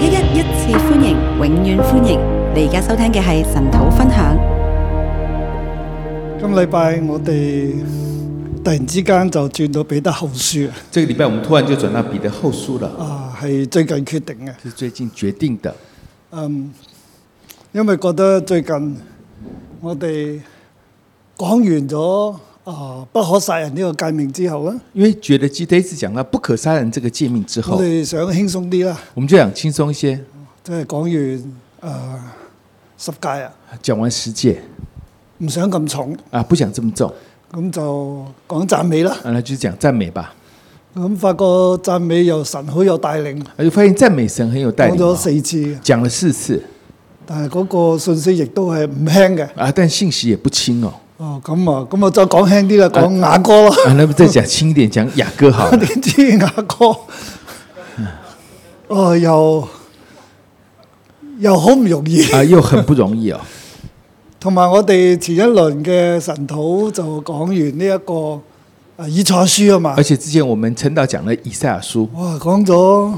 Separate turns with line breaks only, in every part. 一一一次歡迎，永遠歡迎！你而家收聽嘅係神土分享。
今禮拜我哋突然之間就轉到彼得後書
这个礼拜我们突然就转到彼得后书了，
啊，係最近決定嘅。
是最近决定的，
嗯，因為覺得最近我哋講完咗啊不可殺人呢個誡命之後咧，
因为觉得基德一直讲到不可杀人这个诫命之
我
后，
哋想輕鬆啲啦，
我们就想轻松一些，
即係講完啊十戒啊，
讲完十诫
唔想咁重，
啊，不想这么重，
咁就講讚美啦。
啊，那就讲赞美吧。
咁發覺讚美又神好有帶領，
我就发现赞美神很有带
講
领
咗
哦，
四次，
讲了四次
但係嗰個信息亦都係唔輕嘅。
啊，但信息也不轻哦。
哦，咁啊，咁我再講輕啲啦，講雅歌啦，
啊，那么再讲轻一点，讲雅歌好了。
點知雅歌，哦，又又好唔容易，
啊，又很不容易哦。
同埋我哋前一輪嘅神土就講完呢、一個啊以賽書啊嘛
而，且之前我们陈导讲了以赛亚书
哇，講咗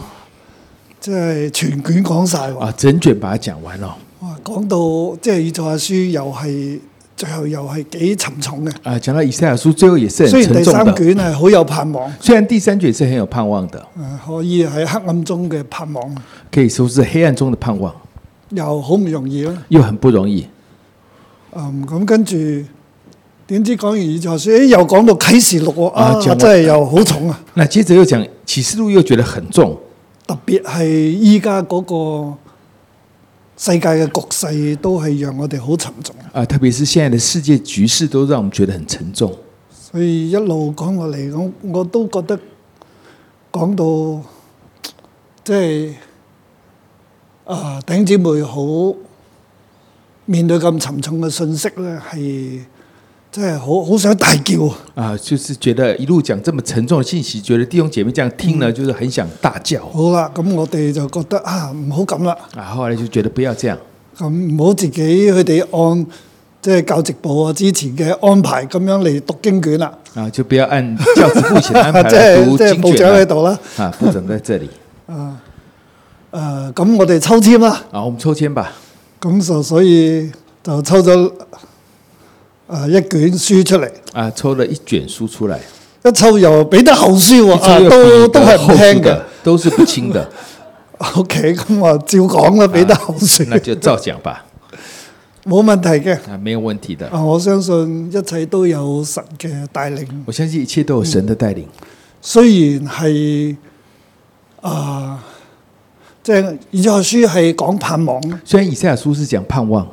即係全卷講晒喎，
啊，整卷把它讲完哦了、
哇，講到即係以賽書又係最後又係幾沉重嘅，
啊，讲到以赛亚书最后也是
雖然
很
第
沉重
三
的，
卷係好有盼望，
虽然第三卷是很有盼望的，
啊可以喺黑暗中嘅盼望，
可以说是黑暗中的盼望，
又好唔容易啦。
又很不容易。
嗯，咁跟住點知講完以賽書，誒又講到啟示錄喎，
啊
啊，
就我
真係又好重啊！
那接着又讲启示录，又觉得很重，
特別係依家嗰個世界嘅局勢都係讓我哋好沉重，
啊，特别是现在的世界局势都让我们觉得很沉重。
所以一路講落嚟，我我都覺得講到即係啊，頂姊妹好面對咁沉重嘅信息咧，係真係好好想大叫啊！
啊，就是觉得一路讲这么沉重的信息，觉得弟兄姐妹这样听
嗯
了，就是很想大叫
好啦，咁我哋就覺得啊，唔好咁啦，
啊。后来就觉得不要这样
咁唔好自己佢哋按即係教直部啊之前嘅安排咁樣嚟讀經卷啦，
啊，就不要按教子父亲安排
即
来
係
读
即係
经
部長喺
卷了
度啦。
啊。部长在这里
誒、咁我哋抽籤啦，
啊，我们抽签吧。
咁就所以就抽咗誒、一卷書出嚟，
啊，抽了一卷书出来，
一抽又彼得後書喎、啊
一抽又
都
比
都係唔
厚
輕
书
嘅
的。，都是不 轻的，
OK，咁我照講啦，彼得後書
那就照讲吧，
冇問題嘅。
啊，没有问题的。
啊，我相信一切都有神嘅帶領。
我相信一切都有神的带领，
雖然係啊，即係以賽書係講盼望，
虽然以赛亚书是讲盼望，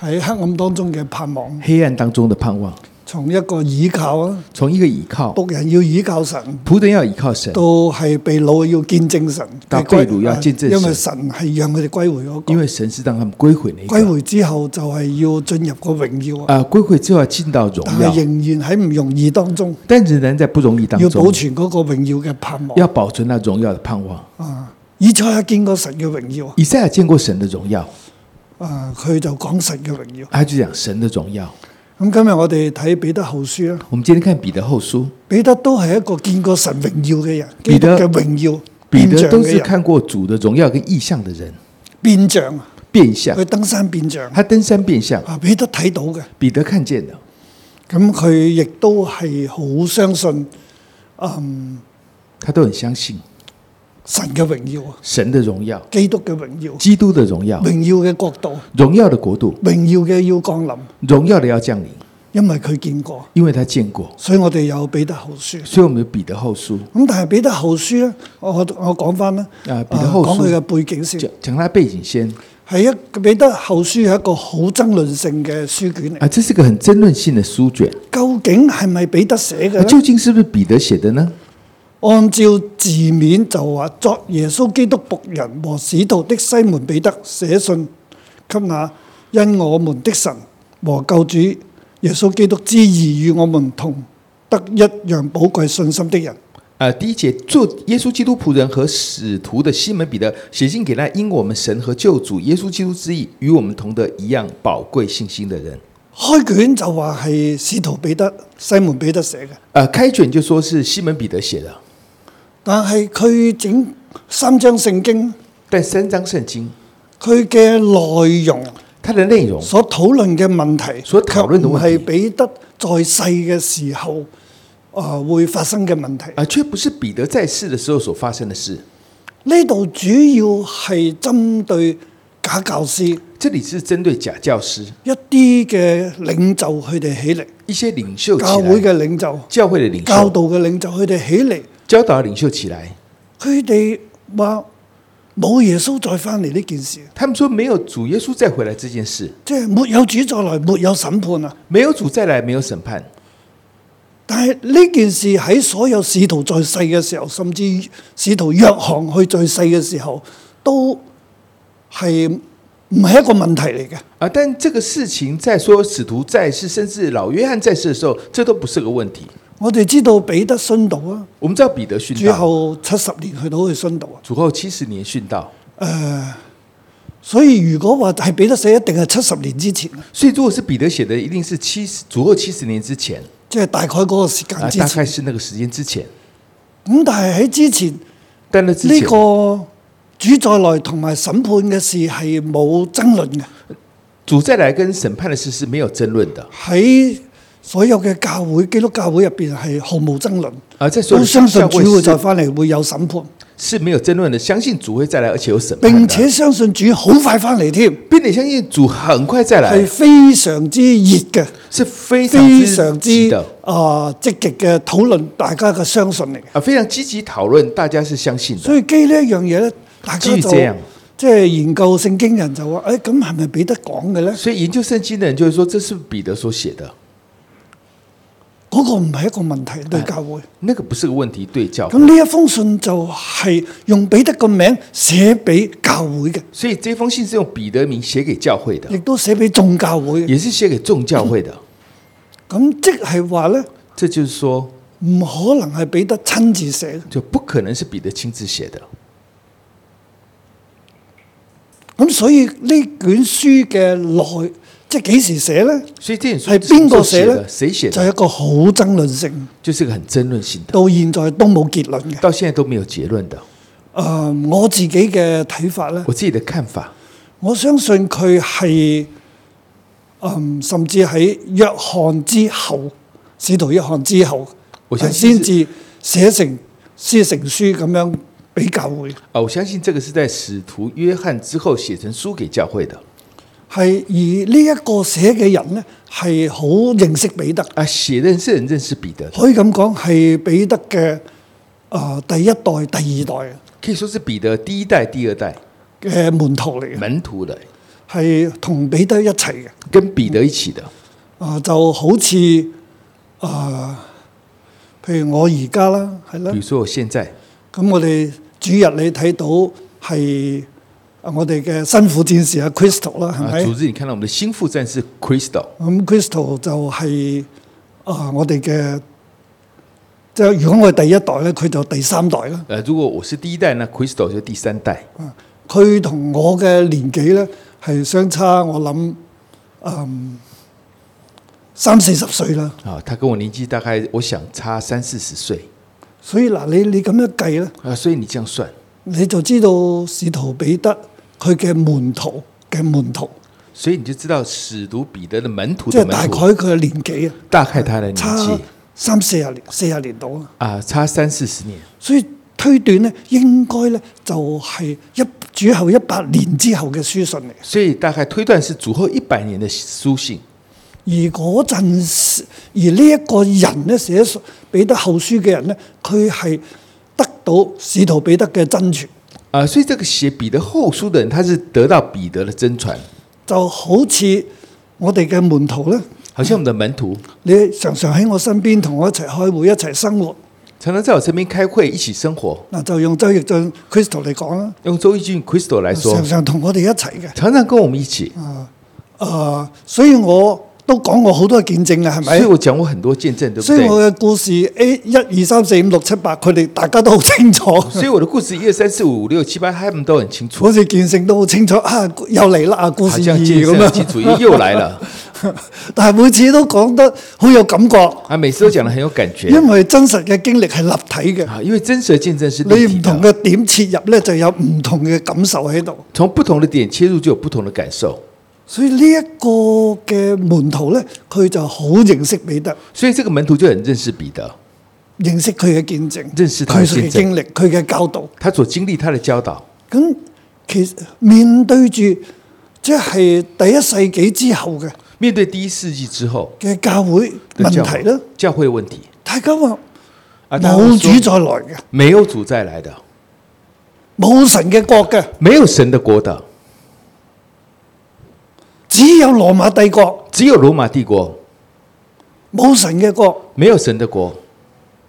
喺黑暗當中嘅盼望，
黑暗当中的盼望，
從一個倚靠啊，
从一个倚靠，
仆人要倚靠神，
仆人要倚靠神
到，係被擄要見證神
到
嘅歸，啊
被擄要見證神
因為神係讓佢哋歸回嗰、個，
因為神是讓他们歸回那
歸
个
回之後就係要進入個榮耀啊，
啊，歸回之後要进到啊榮
但
耀
係，仍然喺唔容易當中，
但仍然在不容易当
要保
中，
存嗰個榮耀嘅盼望
要保存那榮耀的盼望。
啊。以賽亞見過神嘅榮耀
以赛亚见过神的榮耀，
啊，佢就講神嘅榮耀。
他就讲神的榮耀。
咁今日我哋睇彼得後書啦。
我們今天看彼得後書，
彼得都係一個見過神榮耀嘅人，基
彼
督
得
嘅榮耀
彼
變
得
像
都
嘅
是
人，
看過主的榮耀跟意象的人，
變像啊
变相，
佢登山變像
他登山变相，
啊！彼得睇到嘅，
彼得看見了，
咁佢亦都係好相信嗯
他都很相信
神嘅榮耀啊，
神的榮耀、
基督嘅榮耀，
基督的榮耀、
榮耀嘅國度，
榮耀的國度、
榮耀嘅要降臨，
榮耀的要降臨，
因為佢見過，
因為他見過。
所以我哋有彼得後書。
所以我们有彼得後書
咁但係彼得後書咧，我我講翻啦，
啊彼得後書
講佢嘅背景先，
讲讲他背景先
係一彼得後書係一個好爭論性嘅書卷嚟，
啊，这是個很爭論性的書卷，
究竟係咪彼得寫嘅
那
咧？
究竟是不是彼得寫的呢？
按照字面就話，作耶穌基督仆人和使徒的西門彼得寫信給那因我們的神和救主耶穌基督之義與我們同得一樣寶貴信心的人。
啊，第一节，做耶穌基督仆人和使徒的西门彼得写信给那因我们神和救主耶穌基督之意与我们同得一樣寶貴信心的人。
開卷就話係使徒彼得、西門彼得寫嘅，
啊，開卷就說是西門彼得寫的，
但係佢整三章聖經
但三章圣经
佢嘅內容
它的内容
所討論嘅問題，
所討論嘅
卻唔
問題
係彼得在世嘅時候啊、會發生嘅問題。
啊，却不是彼得在世的时候所发生的事。
呢度主要係針對假教師
这里是针对假教师
一啲嘅領袖，佢哋起嚟，
一些领袖起
教會
来，
嘅領袖、
教会的领
教
袖、
導嘅領袖，佢哋起嚟，
教导的领袖起来，
佢哋話冇耶穌再翻嚟呢件事，
他们说没有主耶穌再回来这件事，
即係沒有主再來，沒有審判啊！
没有主再来，没有审判。
但係呢件事喺所有使徒在世嘅時候，甚至使徒約翰去在世嘅時候，都係唔係一個問題嚟嘅？
啊！但这个事情在所有使徒在世，甚至老约翰在世的时候，这都不是个问题。
我哋知道彼得殉道啊，
我们知道彼得殉
主
道，
後七十年去到去殉道啊。
主后七十年殉道，
誒、所以如果話係彼得死，一定係七十年之前，啊
所以如果是彼得写的，一定是七十主后七十年之前
即係大概嗰個時間
啊，
之
大
前。
概是那个时间之前。
咁但係喺之前呢、
但那之前，
個主再來同埋審判嘅事係冇爭論嘅。
主再来跟审判的事是没有争论的
喺所有嘅教會、基督教會入邊係毫無爭論，
啊，在所有
都
的
相信
教
主
会
會再
是
翻嚟會有審判，
是没有争论的，相信主会再来，而且有审判的，
並且相信主好快翻嚟添，
并且相信主很快再来
係，非常之熱嘅，
是非常
非
之
常
急
之
的。
啊積極嘅討論，大家嘅相信嚟嘅。
啊，非常积极讨论，大家是相信的。
所以基呢一樣嘢咧，大家
基於
就
這樣
即係研究聖經人就話：，誒咁係咪彼得講嘅咧？
所以研究圣经的人就会说，这是彼得所写的，
嗰、個唔係一個問題對教會。
那个不是个问题，对教
咁。呢一封信就係用彼得個名寫俾教會嘅，
所以这封信是用彼得名写给教会的，
亦都寫俾眾教會嘅。
也是写给众教会的。
咁即係話咧，
这就是说，
唔可能係彼得親自寫嘅。
就不可能是彼得亲自写的。
咁所以呢卷書嘅內，即係幾時寫咧，
所以这本书
係邊個寫
的？
咧？
谁写
就係
的？
一個好爭論性，
就是个很争论性的，
到現在都冇結論嘅。誒、
到现在都没有结论的。
我自己嘅睇法咧，
我自己的看法，
我相信佢係嗯，甚至喺約翰之後，使徒約翰之後，
我相信
先至寫成寫成書咁樣俾教會。
啊，我相信这个是在使徒约翰之后写成书给教会的。
係而呢一個寫嘅人呢，係好認識彼得，
啊，写的人是很认识彼得的，
可以咁講係彼得嘅啊、呃第一代、第二
可以说是彼得第一代、第二代
代嘅門徒嚟嘅，
门徒的，
係同彼得一齊嘅。
跟彼得一起的。
啊、就好似啊、譬如我而家啦，係啦
比如，说我现在
咁我哋主日你睇到係啊我哋嘅辛苦戰士啊 Crystal 啦，
啊，
係
主
咪？
日你看到我们的心腹战士 Crystal，
咁 Crystal 就係、啊、我哋嘅。即係如果我係第一代咧，佢就第三代啦。
呃，如果我是第一代，那 Crystal 就是第三代。
啊佢同我嘅年紀咧係相差，我諗嗯三四十歲啦。
啊，他跟我年纪大概，我想差三四十岁
所以嗱，你你咁樣計咧，
啊，所以你这样算，
你就知道使徒彼得佢嘅門徒嘅門徒，
所以你就知道使徒彼得的门徒
即係
的
大
门
概
徒，
佢嘅年紀啊，
大概他的年
差
纪
三四十年四十年到啊。
啊，差三四十年，
所以推斷咧，應該咧就係一主後一百年之後嘅書信嚟。
所以大概推断是主后一百年的书信。
而嗰陣時，而呢一個人咧寫信彼得後書嘅人咧，佢係得到使徒彼得嘅真傳，
啊，所以这个写彼得后书的人，他是得到彼得的真传，
就好似我哋嘅門徒咧，
好像我们的门徒
你常常喺我身邊同我一齊開會、一齊生活，
常常在我身边开会，一起生活。
嗱就用周易俊 Crystal 嚟講啦，
用周易俊
啊
Crystal 来说
常，常同我哋一齊嘅，
常常跟我们一起
啊、所以我都講過好多見證啊，係
所以
咪？
我讲过很多见证，对不
所以
对？
我嘅故事 A 一二三四五六七八，佢哋大家都好清楚，
所以我的故事一二三四五六七八，他们都很清楚，
好似見證都好清楚啊，又嚟啦啊，故
好
事
像
二
见证很
咁
清
樣。
楚， 又又来了。
但係每次都講得好有感覺，
啊，每次都讲的很有感觉
因為真實嘅經歷係立體嘅，
啊，因为真实的见证是
你
立体
唔同
的，
嘅點切入咧，就有唔同嘅感受喺度。
从不同的点切入就有不同的感受。
所以呢一個嘅門徒咧，佢就好認識彼得，
所以这个门徒就很认识彼得，
認識佢嘅見證，
認識
佢
佢嘅
嘅
見證
經歷，佢嘅教導。
他所经历他的教导，
咁其實面對住即係第一世紀之後嘅
面对第一世纪之后
嘅教會
的教
問題啦，
教会问题
大家話
啊，他
冇
们
主
说
再來嘅，
没有主再来的，
冇神嘅國嘅，
没有神的国的，
只有羅馬帝國，
只有罗马帝国，
冇神嘅國。
没有神的国。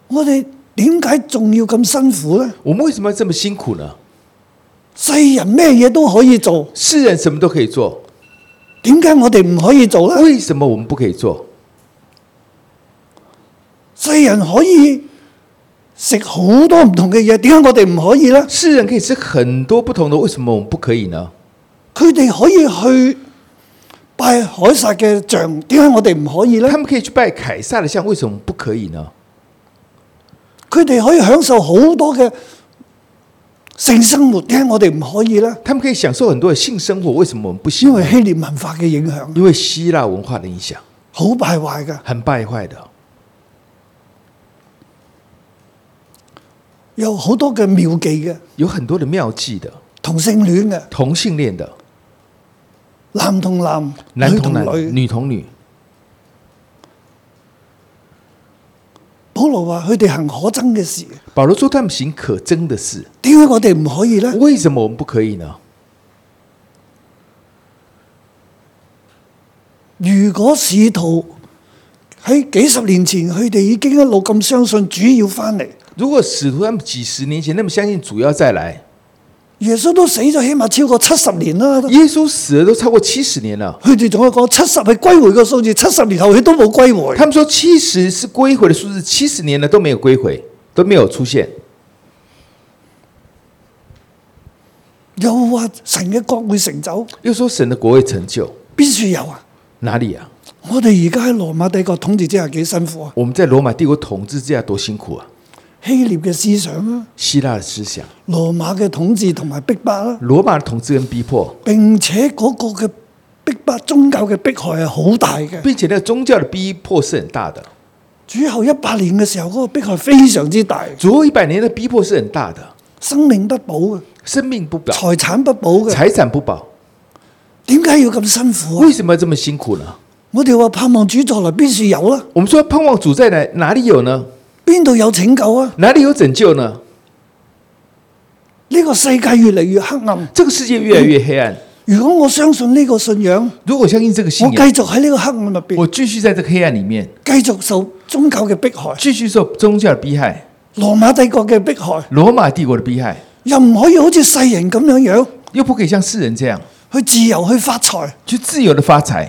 我哋點解仲要咁辛苦咧？
我们为什么要这么辛苦呢？
世人咩嘢都可以做，
世人什么都可以做，
點解我哋唔可以做咧？
为什么我们不可以做？
世人可以食好多唔同嘅嘢，點解我哋唔可以咧？
世人可以吃很多不同的，为什么我们不可以呢？
佢哋可以去拜凱撒嘅像，點解我哋唔可以咧
他？们可以去拜凯撒的像，为什么不可以呢？
佢哋可以享受好多嘅性生活，點解我哋唔可以咧？
他们可以享受很多的性生活，为什么我们不行
因
呢？
為希臘文化嘅影響，
因为希腊文化的影响，
好敗壞㗎。
很败坏的，
有好多嘅妙技嘅，
有很多的妙计的，
同性戀嘅，
同性恋的，
男同男，
男
女同
同男，
女。
女同女。
保羅話：佢哋行可憎嘅事，
保罗说他们行可憎的事，
點解我哋唔可以咧？
为什么我们不可以呢？
如果使徒喺幾十年前，佢哋已經一路咁相信主要翻嚟，
如果使徒他们几十年前那么相信主要再来，
耶穌都死咗，起碼超過七十年啦。
耶稣死了都超过七十年了，
佢哋仲係講七十係歸回個數字，七十年後佢都冇歸回。
他们说七十是归回的数字，七十年了都没有归回，都没有出现。
又話神嘅國會成就，
又说神的国会成就
邊處有啊？
哪里啊？
我哋而家喺羅馬帝國統治之下幾辛苦啊！
我们在罗马帝国统治之下多辛苦啊！
希臘嘅思想啦，
希腊的思想，
羅馬嘅統治同埋逼迫啦，
罗马的统治跟逼迫，
並且嗰個嘅逼迫宗教嘅迫害係好大嘅。
并且那个宗教的逼迫是很大的。
主後一百年嘅時候，嗰、個迫害非常之大，
主后一百年的逼迫是很大的，
生命不保嘅，
生命不保，
財產不保嘅。
财产不保，
點解要咁辛苦啊
为？什么要这么辛苦呢？
我哋話盼望主再來，邊處有啦？
我们说盼望主在哪哪里有呢？
邊度有拯救啊？
哪里有拯救呢？
呢、個世界越嚟越黑暗。
这个世界越来越黑暗。
如果我相信呢個信仰，
如果我相信这个
我
信
繼
仰，
續喺呢個黑暗入邊，
我继续在这个黑暗里面，
繼續受宗教嘅迫害、
继续受宗教的逼害、
羅馬帝國嘅迫害，
罗马帝国的逼害，
又唔可以好似世人咁樣樣
又不可以像世人这样
去自由去發財，
去自由的发财，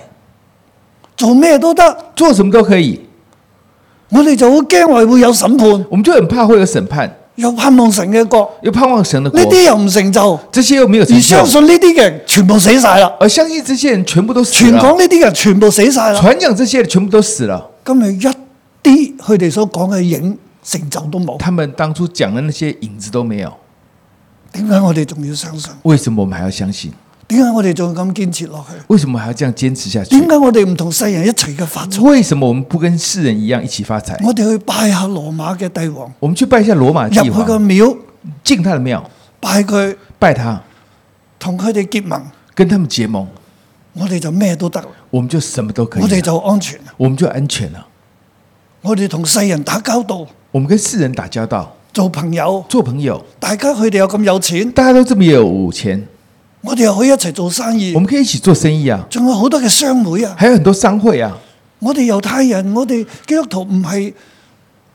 做咩都得。
做什么都可以。
我哋就好驚話會有審判，
我们就很怕会有审判，
又盼望神嘅國，
又盼望神的
呢
国，
啲又唔成就，
这些又没有成
而
就
相，信呢啲嘅人全部死晒啦，
而相信这些人全部都死
全
了
港，呢啲嘅人全部死晒啦。
传讲这些的全部都死了。
今日一啲佢哋所講嘅影成就都冇，
他们当初讲的那些影子都没有，
點解我哋仲要相信？
为什么我们还要相信？
點解我哋仲要咁堅持落去？
为什么还要这样坚持下去？
點解我哋唔同世人一齊嘅發財？
为什么我们不跟世人一样一起发财？
我哋去拜下羅馬嘅帝王，
我们去拜一下罗马
入
啊帝
去個
王，
廟
进他的庙，
拜佢，
拜他，
同佢哋結盟，
跟他们结盟，
我哋就咩都得，
我们就什么都可以
我哋
了，
就安全。
我们就安全了。
我哋同世人打交道，
我们跟世人打交道，
做朋友，
做朋友，
大家佢哋又咁有錢，
大家都这么有钱，
我哋又可以一齊做生意
我，们可以一起做生意啊，
仲有好多嘅商會啊！
还有很多商会啊。
我哋猶太人，我哋基督徒唔係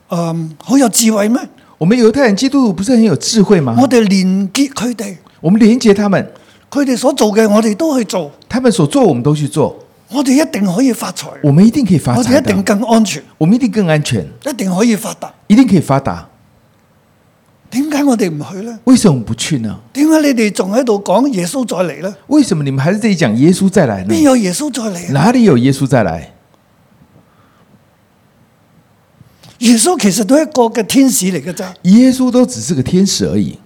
誒好有智慧咩？
我们犹太人、基督徒不是很有智慧吗？
我哋連結佢哋，
我们连接他们，
佢哋所做嘅我哋都去做，
他们所做我们都去做，
我哋一定可以發財，
我们一定可以发
我
财
哋一定
的，
更安全，
我们一定更安全，
一定可以發達。
一定可以发达。
點解我哋唔去呢？
为什么不去呢？
點解你哋仲喺度講耶穌再嚟呢？
为什么你们还是这里讲耶穌再来呢
邊？有耶穌再嚟啊？
哪里有耶穌再来？
耶穌其實都係一個嘅天使嚟嘅咋。
耶穌都只是个天使而已。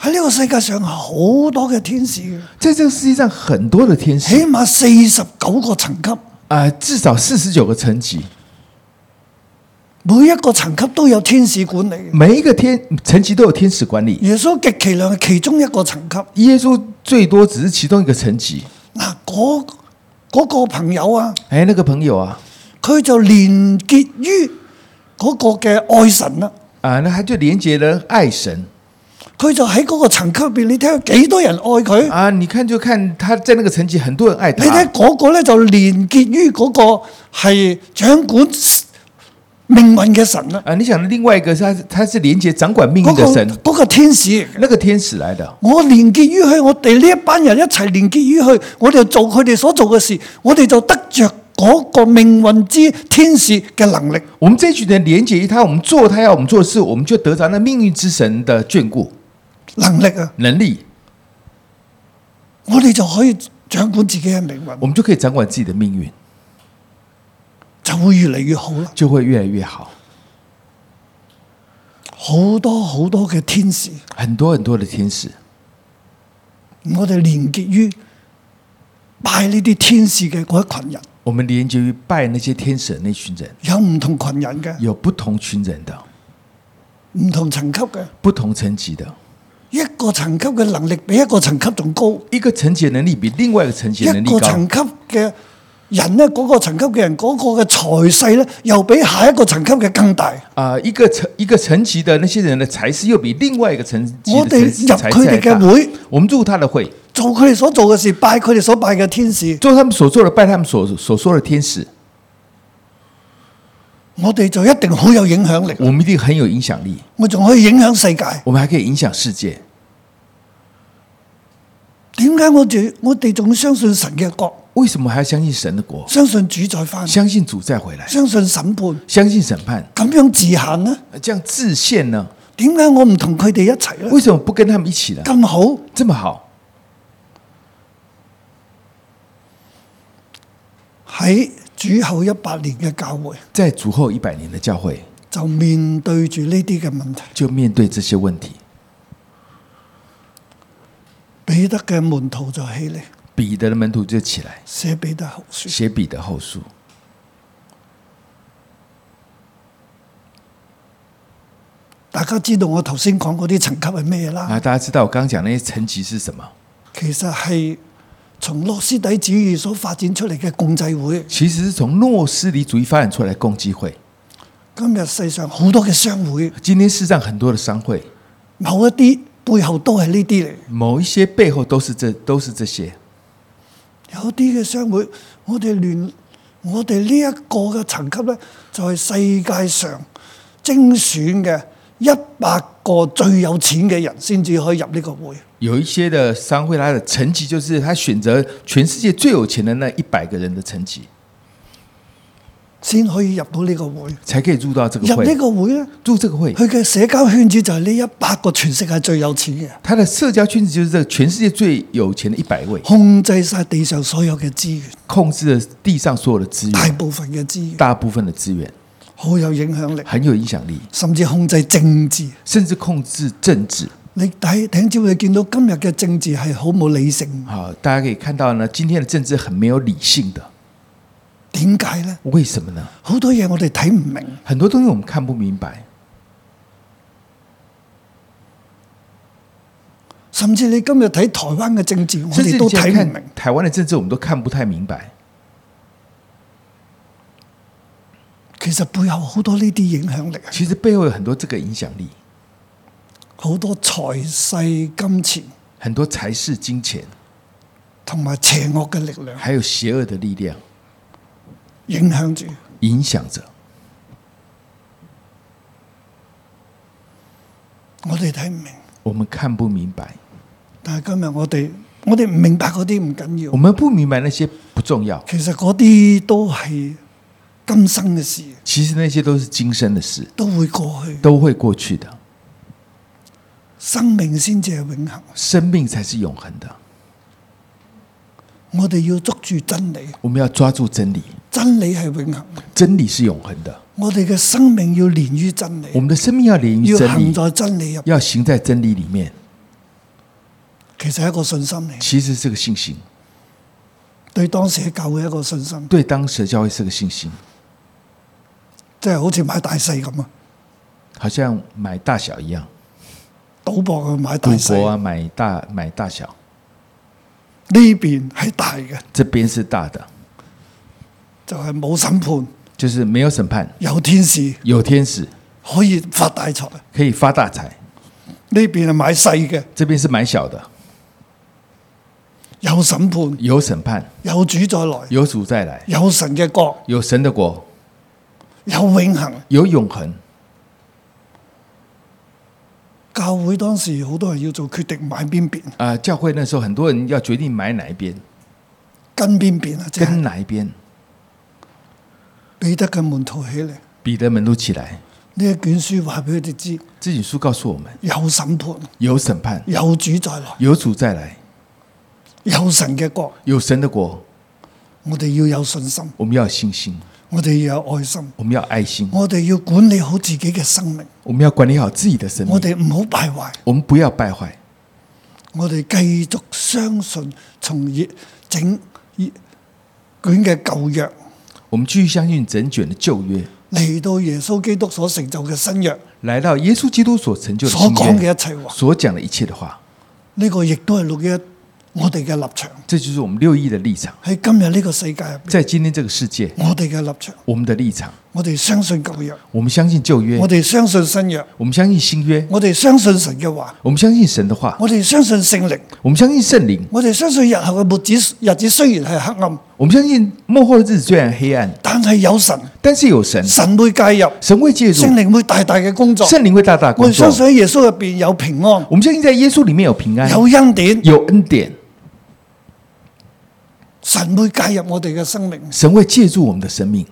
喺呢個世界上好多嘅天使嘅，
在这个世界上，很多的天
起
使
碼四十九個層級，
啊、至少四十九个层级，
每一個層級都有天使管理嘅。
每一个天层级都有天使管理。
耶穌極其量係其中一個層級。
耶穌最多只是其中一个层级。
嗱，嗰嗰個朋友啊，
哎，那个朋友啊，
佢就連結於嗰個嘅愛神啦、
啊、那他就连接了爱神
佢就喺嗰個層級入邊，你睇有幾多人愛佢？
啊、你看就看他在那个层级，很多人爱
你睇
他。
嗰個咧就連結於嗰個係掌管命運嘅神啦，
啊、你想另外一个是他是他是连接掌管命
嗰、
运
個
的神，
嗰、個天使嚟嘅。
那个天使来的。
我連結於佢，我哋呢一班人一齊連結於佢，我哋做佢哋所做嘅事，我哋就得着嗰個命運之天使嘅能力。
我们这一群人连接于他，我们做他要我们做的事，我们就得着那命运之神的眷顾
能力啊，
能力，
我哋就可以掌管自己嘅命運，
我们就可以掌管自己的命运，
就會越嚟越好啦。
就会越来越好。
好多好多嘅天使，
很多很多的天使，
我哋連結於拜呢啲天使嘅嗰一群人，
我们连接于拜那些天使的那群人，
有唔同群人嘅，
有不同群人的，
唔同層級嘅，
不同层级的，
一個層級嘅能力比一個層級仲高。
一个层级的能力比另外一个层级的能
一
力
個
高
層。級嘅人咧，嗰、個層級嘅人嗰、個嘅財勢咧，又比下一個層級嘅更大。
啊、一个层一个层级的那些人的财势又比另外一个层级
我
的
哋
财势
入
财势
佢
还
哋嘅
大。
會，
我们入他的会，
做佢哋所做嘅事，拜佢哋所拜嘅天使，
做他们所做的，拜他们所所说的天使，
我哋就一定好有影響力。
我们一定很有影响力。
我仲可以影響世界。
我们还可以影响世界。
點解我哋我哋仲相信神嘅國，
为什么还要相信神的国？
相信主宰翻，
相信主再回来，
相信審判，
相信审判，
咁樣自限呢？
这样自限呢？
點解我唔同佢哋一齊呢？
为什么不跟他们一起呢？
咁好，
这么好，
喺主後一百年嘅教會
在主后一百年的教会
就面對住呢啲嘅問題。
就面对这些问题。
彼得嘅門徒就起嚟
彼得的门徒就起来
寫彼得後書，
写彼得后书，
大家知道我頭先講嗰啲層級係咩啦？
啊，大家知道我刚刚讲那些层级是什么？
其實係從諾斯底主義所發展出嚟嘅共濟會。
其實是从诺斯底主义发展出来的共济会。
今日世上好多嘅商會，
今天世上很多的商会，
某一啲背後都係呢啲嚟。
某一些背后都是这都是这些。
有啲嘅商會，我哋聯我哋呢一個嘅層級咧，就係、世界上精選嘅一百個最有錢嘅人先至可以入呢個會。
有一些的商会，它的层级就是他选择全世界最有钱的那一百个人的层级，
先可以入到呢個會，
才可以入到这个
入呢
会。
個會咧，
入这个会，
佢嘅社交圈子就係呢一百個全世界最有錢嘅，
他的社交圈子就是这个全世界最有钱的一百位，
控制晒地上所有嘅資源，
控制了地上所有的资
大
源，
部分嘅資源，
大部分的资源，
好有影響力，
很有影响力，
甚至控制政治。
甚至控制政治。
你睇頂朝，你見到今日嘅政治係好冇理性，
好，大家可以看到呢，今天的政治很没有理性的，
點解呢？
为什么呢？
好多嘢我哋睇唔明，
很多东西我们看不明白，
甚至你今日睇台灣嘅政治，我
甚至
哋
你
都
现在
睇唔明
看。台湾的政治，我们都看不太明白。
其實背後好多呢啲影響力，
其实背后有很多这个影响力，
好多財勢、金錢
很多财势、金钱，
同埋邪惡嘅力量
还有邪恶的力量
影響住。
影响着。
我哋睇唔明，
我们看不明白，
但係今日我哋我哋唔明白嗰啲唔緊要，
我们不明白那些不重要，
其實嗰啲都係今生嘅事，
其实那些都是今生的事，
都會過去，
都会过去的，
生命先至係永恆。
生命才是永恒的。
我哋要捉住真理，
我们要抓住真理，
真理係永恆。
真理是永恒的。
我哋嘅生命要連於真
我
理，
们的生命要连于
要
真
行
理，
在真理入，
要行在真理里面，
其實係一個信心嚟，
其实是个信心，
對當時嘅教會一個信心，
对当时的教会是个信心，
即係好似買大細咁啊，
好像买大小一样，
賭博啊買大
赌
細，
博啊，
呢
买大买大小，
邊係大嘅，
这边是大的，
就係冇審判，
就是没有审判，
有天使
有天使
可以發大財。呢
可以发大财，
邊係買細嘅，
这边是买小的，
有審判，
有审判，
有主再來，
有主再来，
有神嘅國，
有神的国，
有永恆。
有永恒。
教會當時好多人要做決定買邊邊，
啊、教会那时候很多人要决定买哪一边，
跟邊邊啊，即
跟
係
哪一边。
彼得嘅門徒起嚟。
彼得门都起来，
呢一卷書話俾佢哋知，
这本书告诉我们，
有審判，
有审判，
有主再來，
有主再来，
有神嘅國。
有神的国。
我哋要有信心，
我们要有信心，
我哋要有愛心，
我们要爱心，
我哋要管理好自己嘅生命，
我们要管理好自己的生命
我，哋唔好敗壞，
我们不要败坏，
我哋繼續相信，從以整以卷嘅舊約
我们继续相信整卷的旧约，
嚟到耶穌基督所成就嘅新約
来到耶稣基督所成就的
所
新
講嘅
约，
一切話，
所讲的一切的话，
呢、個亦都係六一我哋嘅立場。
这就是我们六一的立场。
喺今日呢個世界入邊，
在今天这个世界，
我哋嘅立場，
我们的立场，
我哋相信舊約，
我们相信旧约
我，哋相信新約。
我们相信新约，
我哋相信神嘅話，
我们相信神的话，
我哋相信聖靈，
我们相信圣灵，
我哋相信日後嘅末子日子雖然係黑暗，
我们相信幕后的日子虽然黑暗，
但係有神，
但是有神，
神會介入，
神会介入
聖，靈會大大嘅工作。
圣灵会大大
我
工
哋相。
作
信喺耶穌入邊有平安，
我们相信在耶稣里面有平安，
有恩典，
有恩典，
神會介入我哋嘅生命。
神会借助我们的生命，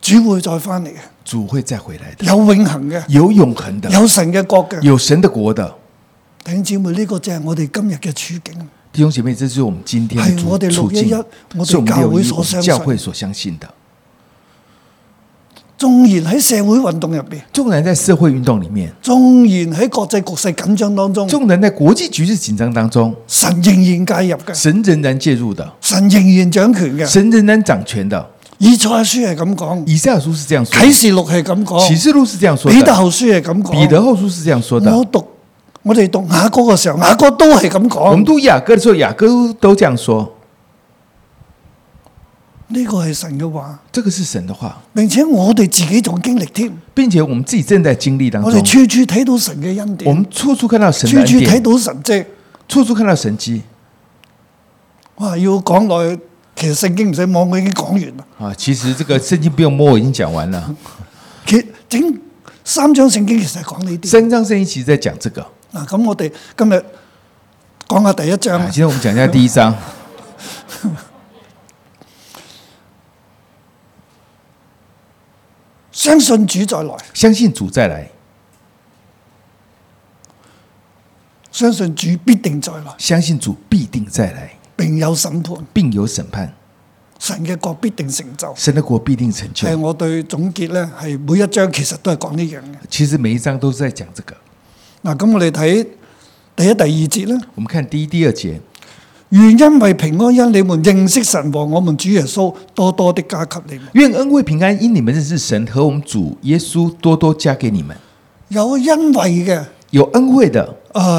主會再翻嚟嘅，
主会再回来的，
有永恆嘅，
有永恒的，
有神嘅國嘅。
有神的国的。
弟兄姊妹，呢、個就係我哋今日嘅處境，
弟兄姐妹，这就是我们今天
哎
的
我
处
得
处
六一一
境
我，
是
得
我们
教
六
会
一
所
我们
相
教
信
会所相信的。
縱然喺社會運動入邊，
纵然在社会运动里面，
縱然喺國際局勢緊張當中，
纵然在国际局势紧张当中，
神仍然介入嘅，
神仍然介入的，
神仍然掌權嘅。
神仍然掌权的。
以賽亞書係咁講，
以赛亚书是这样说
啟
的，
示錄係咁
启
講，
示录是这样说
彼得
的，
後書係咁講。
彼得后书是这样说的。
我讀我哋讀雅歌嘅時候，雅歌都係咁
我们
講。
读雅歌的时候，雅歌都这样说，
呢個係神嘅話，
这个是神的话，
並且我哋自己仲經歷添，
并且我们自己正在经历当
我
中
哋，處處睇到神嘅恩
我
典，
们处处看到神
處
的
處
恩
睇
典，
到神跡。
处处看到神迹
哇！要講耐，其實聖經唔使望，我已經講完啦。
啊！其实这个圣经不用摸，我已经讲完 了。
其整三章聖經其實係講呢啲。
三章圣经其实在讲这个啊，
嗱，咁我哋今日講下第一章啦
今。天我们讲一下第一章，
相信主再來，
相信主再来，
相信主必定再來，
相信主必定再来，
並有審判，
并有审判，
神嘅國必定成就。
神的国必定成
係
就。
我對總結咧，係每一章其實都係講呢樣嘅。
其实每一章都是在讲这个。
嗱，咁我哋睇第一、第二節咧。
我们看第一、第二节，
願因為平安因你們認識神和我們主耶穌，多多的加給你們。
愿恩惠平安因你们认识神和我们主耶稣多多加给你们。
有因為嘅，誒、
有恩惠的，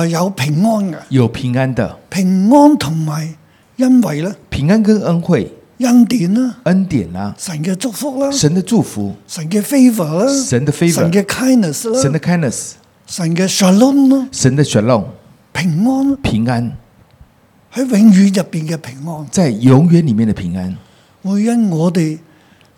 有平安嘅，
有平安的，
平安同埋因為咧，
平安跟恩惠、
恩典啦，
恩典啦、
神嘅祝福啦，
神的祝福、
神嘅 favor 啦，
神的 favor
神嘅 kindness 啦，
神的 kindness、
神嘅 shalom 啦，
神的 shalom
平安啦
平安，
喺永遠入邊嘅平安，
在永远里面的平安，
會因我哋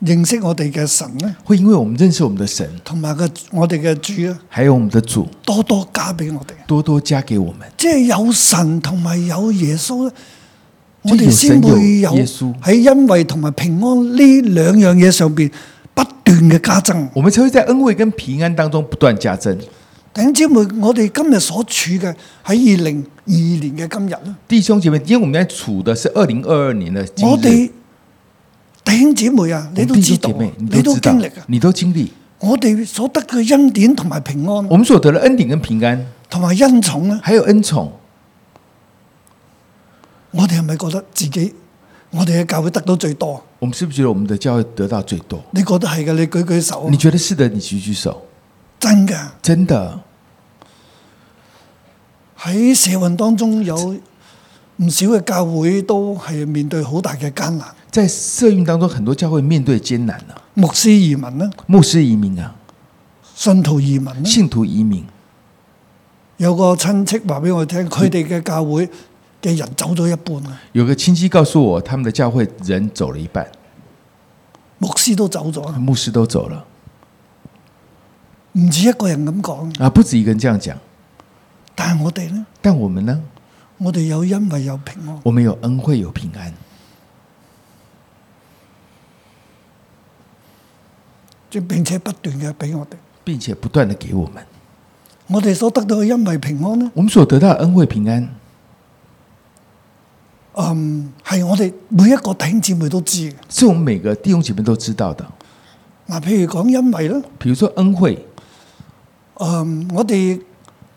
認識我哋嘅神咧，
会因为我们认识我们的神，
同埋個我哋嘅主咧，
还有我们的主，
多多加俾我哋。
多多加给我们。
即係有神同埋有耶穌咧，我
即係
哋
有
先
神
會有
有耶穌
喺恩惠同埋平安呢兩樣嘢上邊不斷嘅加增。
我们才会在恩惠跟平安当中不断加增。
弟兄姊妹，我哋今日所處嘅喺二零二年嘅今日咧，
弟兄姐妹，因为我们在处的是二零二二年的今日
我哋弟兄姊妹啊，你
我
都
们
知
弟兄
道
姐
啊，
妹，
你都
知道
經歷啊，，
你都经历。
我哋所得嘅恩典同埋平安
我们所得的恩典跟平安，
同埋恩寵啊咧，
还有恩宠，
我哋係咪覺得自己我哋嘅教會得到最多？
我们是不是觉得我们的教会得到最多？
你覺得係嘅？你舉舉手啊
你，觉得是的，你举举手。
真嘅。
真的，
喺社運當中有唔少嘅教會都係面對好大嘅艱難，
在社运当中，很多教会面对艰难啊，
牧師移民啦，
牧师移民啊，
信徒移民啦。
信徒移民。
有個親戚話俾我聽，佢哋嘅教會嘅人走咗一半啊啦，
有个亲戚告诉我，他们的教会人走了一半，
牧師都走咗，啊
牧师都走了
唔止一個人咁講。
啊，不止一个人这样讲。
但係我哋呢，
但我们呢，
我哋有因為有平安，
我们有恩惠，有平安。
即並且不斷嘅俾我哋。
并且不断的给我们。
我哋所得到嘅因為平安呢，
我们所得到的恩惠平安，
嗯，係我哋每一個弟兄姊妹都知嘅。
是我们每个弟兄姐妹都知道的。
嗱，譬如講因為啦，
比如说恩惠，
嗯，我哋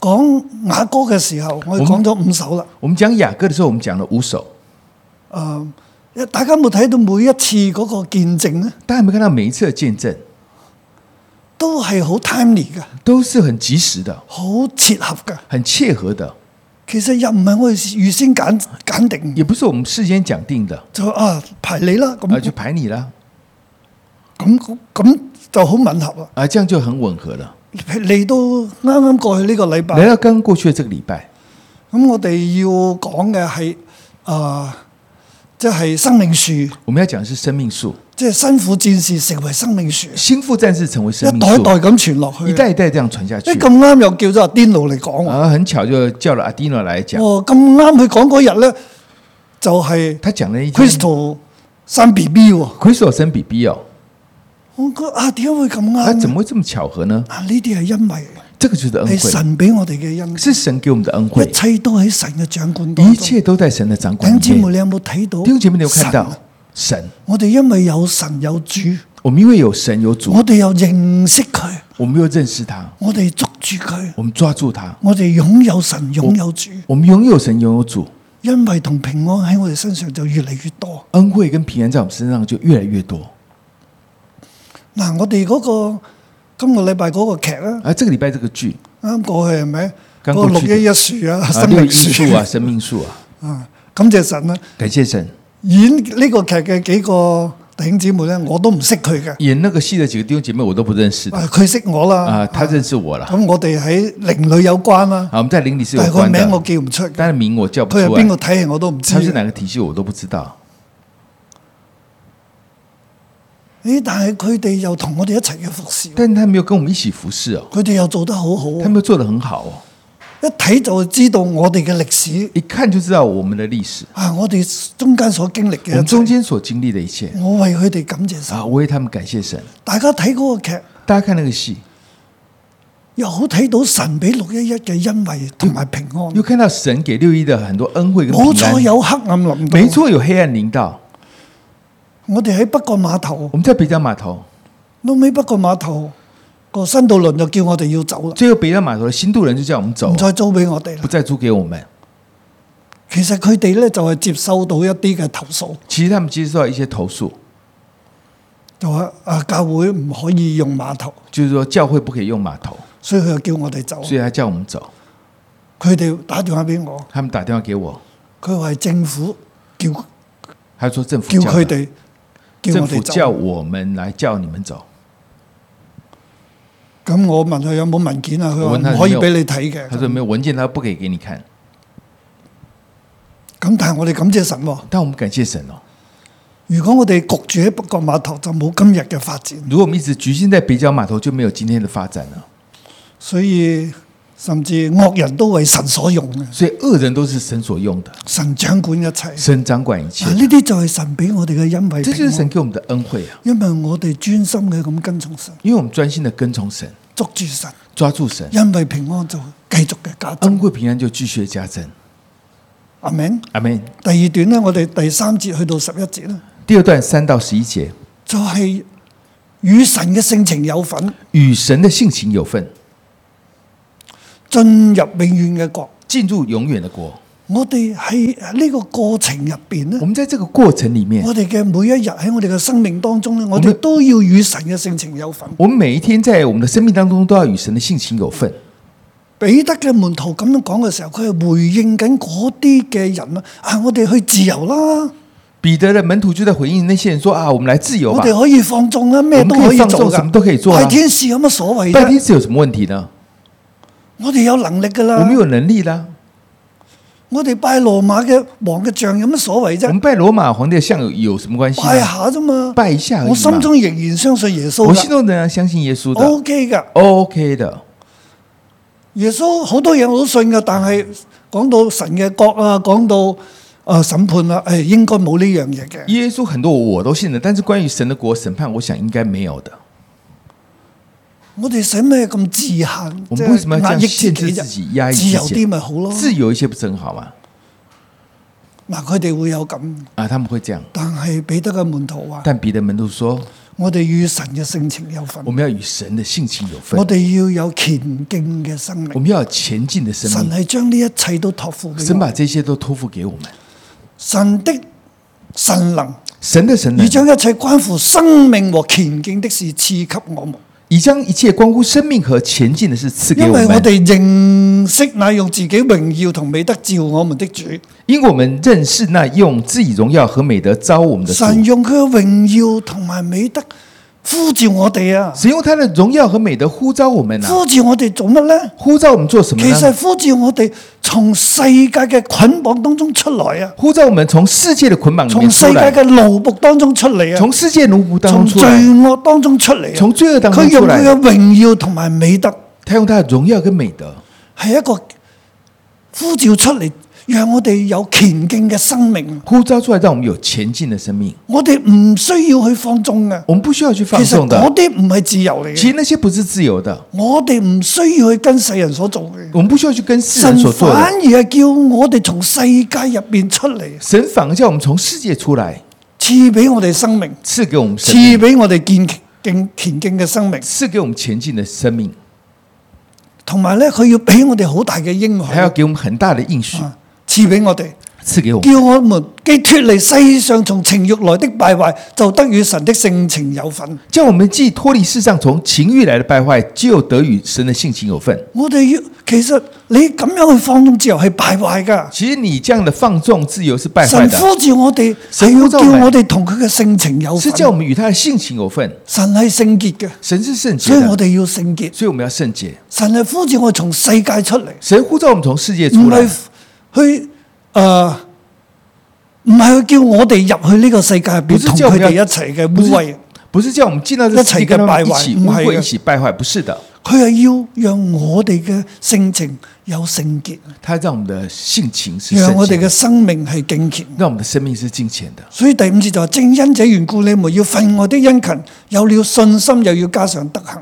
講雅歌嘅時候，我哋講咗五首啦。
我们讲雅各的时候，我们讲了五首。
誒、大家有冇睇到每一次嗰個見證咧，
大家有没有看到每一次的见证
都係好 timely 嘅，
都是很及时的、
好切合嘅。
很切合的，
其實又唔係我哋預先揀揀定，
也不是我们事先讲定的，
就啊排你啦，
啊，就
咁
排你啦，
咁咁就好吻合啊！
啊，这样就很吻合了。
嚟到啱啱過去呢個禮拜，
来
咁
到刚过去的这个礼拜，
我哋要講嘅係啊，即係生命樹，
我们要講的是生命树，
即係辛苦戰士成為生命樹，
心腹战士成为生
一
命
代一
树，
代咁傳落去。
一代一啊代这样传下去
誒。咁啱又叫咗阿癲佬嚟講喎。
然后很巧就叫了阿迪诺来讲，
哦，咁啱佢講嗰日咧，就係
他讲了一句
Crystal 生 B B 喎。
Crystal 生 BB 哦，
我覺得啊，點解會咁
他
啱
怎
呢？
么会这么巧合呢？
啊，呢啲係因為
这个就是恩惠
係，哎神俾我哋嘅恩，
是神给我们的恩惠
一，切都喺神嘅掌管當
一
中。
切都在神的掌
弟
管
兄
里
姊妹，
面。
你有冇睇到？
弟兄姐妹，你有看
神
到
啊
神？
我哋因為有神有主，
我们因为有神有主，
我哋又認識佢，
我们又认识他，
我哋捉住佢，
我们抓住他，
我哋擁有神擁有主，
我们拥有神拥有主，
因為同平安喺我哋身上就越嚟越多。
恩惠跟平安在我们身上就越来越多。
嗱，我哋嗰個今個禮拜嗰個劇咧。
而啊这个礼拜这个剧
啱過去係咪？嗰
剛
個
過
六
去
一一樹啊，
啊，
生
六
命
一
樹
树啊，生命树啊，
啊，感謝神啦！
感谢神。
演呢個劇嘅幾個弟兄姊妹咧，我都唔識佢嘅，
演那个戏的几个弟兄姐妹我都不认识的
啊佢識我
啊，
啦。
他认识我了。
咁我哋喺靈女有關啦，
啊，我们在邻里是
但
有
係個
关的
名，我記唔出，
但是名我叫不
佢係
出
邊
来
個，體系我都唔知
啊他。是哪个体系我都不知道。
咦？但係佢哋又同我哋一齊嘅服侍，
但他没有跟我们一起服侍哦，
佢哋又做得好啊好
他
喎，
们又做得很好哦，
一睇就知道我哋嘅歷史
一看就知道我们的历史，
啊！我哋中間所經歷
我们
嘅
中
一切，
间所经历的一切
我為佢哋感謝神。
啊，我为他们感谢神。
大家睇嗰個劇。
大家看那个戏，
又好睇到神俾六一一嘅恩惠同埋平安。
又看到神给六一的很多恩惠跟
冇
平
錯，
安，
有黑暗臨到。
没，错，有黑暗临到。
我哋喺北角碼頭，
我们在北角码头，
後尾北角碼頭個新渡輪就叫我哋要走啦，
最后北角码头的新渡人就叫我们走
唔，再租俾我哋
不
啦。
再租给我们。
其實佢哋咧就係接收到一啲嘅投訴，
其实他们接受到一些投诉，
就話啊教會唔可以用碼頭，
就是说教会不可以用码头，
所以佢就叫我哋走。
所以他叫我们走。
佢哋打電話俾我，
他们打电话给我，
佢話係政府叫
他说政府
叫
叫
佢
的
哋叫
政
我
府
哋
叫
走。
我们来叫你们走。
咁我問佢有冇文件啊？佢
我問他
話
有
唔
冇
可以俾你睇
他说
嘅。
没有文件，他不可以给你看。
咁但係我哋感謝神喎。
但我们感谢神哦，
如果我哋焗住喺北角碼頭，就冇今日嘅發展。
如果我们一直局限在北角码头，就没有今天的发展了。
所以甚至惡人都為神所用嘅，
所以恶人都是神所用的，
神掌管一切。
神掌管一切
嗱，，呢啲就係神俾我哋嘅恩惠
这就
平
是神
安，
给我们的恩惠啊！
因為我哋專心嘅咁跟從神，
因为我们专心的跟从神，
捉住神，
抓住神，
因為平安就繼續嘅加增。
恩惠平安就继续加增。
阿明，
阿门。
第二段咧，我哋第三節去到十一節咧，
第二段三到十一节，
就係、與神嘅性情有份，
与神的性情有份，
進入永遠嘅國。
进入永远的国。
我哋喺呢個過程入邊咧
我。们在这个过程里面
我，哋嘅每一日喺我哋嘅生命當中咧，我哋都要與神嘅性情有份。
我们每一天在我们的生命当中都要與神的性情有份。
彼得嘅門徒咁樣講嘅時候，佢係回應緊嗰啲嘅人啦。啊，我哋去自由啦，
彼得的门徒就在回应那些人說：“啊，我們來自由
我
吧，
哋可以放縱啦，咩都
我
可
們可以
以
放縱
做
什
噶，
麼都可以做啊
拜天使有乜所謂
拜天
啫？
使有什麼問題呢？
我哋有能力噶
我
啦
們，有能力啦，
我哋拜羅馬嘅王嘅像有乜所謂
我們
啫？
拜羅馬皇帝的像有有什麼關係
拜
呢？
下啫嘛，
啊拜一下而已嘛
我心中仍然相信耶穌
我心
噶
中仍然相信耶穌的
，OK 噶。
，OK 的。
耶穌好多嘢我都信嘅，但係講到神嘅國啊，講到誒審判啦、啊，誒應該冇呢樣嘢嘅。
耶穌很多我都信的，但是關於神的國審判，我想應該沒有的。
我哋使咩咁自限？
我
即
們為什麼
係
要
壓抑
這樣
自
限制
己
自己、壓抑
自由
自
啲
己？
咪好咯？
自由一些不是很好嗎？
嗱，佢哋會有咁，
啊，他們會這樣。
但係彼得嘅門徒話：
但彼得門徒說，
我哋與神嘅性情有份
我，們要與神的性情有份
我，哋要有虔敬嘅生
我
命。
們要有前進的生
神啊
命。
係將呢一切都托付俾
神把
我，
這些都托付給我們。
神的神能
神的神能啊
已將一切關乎生命和虔敬的事賜給我們。
已將一切關乎生命和前进的事賜給
因
我
為我
們，
哋認識那用自己榮耀同美德召我們的主，
因我們認識那用自己榮耀和美德招我們的主，
神用佢嘅榮耀同埋美德呼召我哋啊！
神用他的榮耀和美德呼召我們啊，
呼召我哋做乜呢？
呼召我們做什麼
其實
呢？
呼召我哋從世界嘅捆綁當中出來啊，
呼召我們從世界的捆綁裡
從
面
世
出
界
來，
嘅奴仆當中出嚟啊，
從世界奴僕當
從
中出
罪
來，
惡當中出嚟啊
從。罪惡當
佢
中
用
出
佢
來
嘅。榮耀同埋美德
他用他的榮耀跟美德，
係一個呼召出嚟，讓我哋有虔敬嘅生命。
呼召出來，讓我們有前进的生命。
我哋唔需要去放啊縱嘅。
我們不需要去放
其實
縱的
嗰，啲唔係自由嚟
其
嘅，
實那些不是自由的，
我哋唔需要去跟世人所做嘅。
我們不需要去跟世人
神
所做
反
的。
而係叫我哋從世界入邊出嚟，
神反而叫我們從世界出來，
賜俾我哋生命，
賜給我們生
賜
命，
俾我哋健敬虔敬嘅生命，
賜給我們前进的生命。
同埋咧，佢要俾我哋好大嘅應
还要
許，
给我们很大的应许，
啊賜俾我哋，
赐给我们，
叫我們既脱離世上從情欲來的敗壞，就得與神的性情有份。
叫我们既脱离世上从情欲来的败坏，就得与神的性情有份。
我哋要其實你咁樣去放縱自由係敗壞㗎。
其实你这样的放纵自由是败坏
神
的，
呼召我哋
神
係要
呼召
叫
我們
我哋同佢嘅性情有
是
份。
叫我们与他的性情有份。
神係聖潔嘅，
神是圣洁
所以我
的，
哋要聖潔。
所以我们要圣洁。
神係呼召我從世界出嚟，
神呼召我们从世界
唔
出来，
係去誒，唔係去叫我哋入去呢個世界入
不
邊
是
同
叫我
佢
們
哋一
要
齊嘅污穢，
不是叫我们进到这世界跟他们一起污秽、一起败坏，不是的。
佢係要讓我哋嘅性情有聖潔，
他让我们的性情是
讓
圣
我
洁
哋嘅
的，
生命係敬虔。
让我们的生命是敬虔的。
所以第五節就話：正因這緣故，你們要分外的殷勤，有了信心，又要加上德行。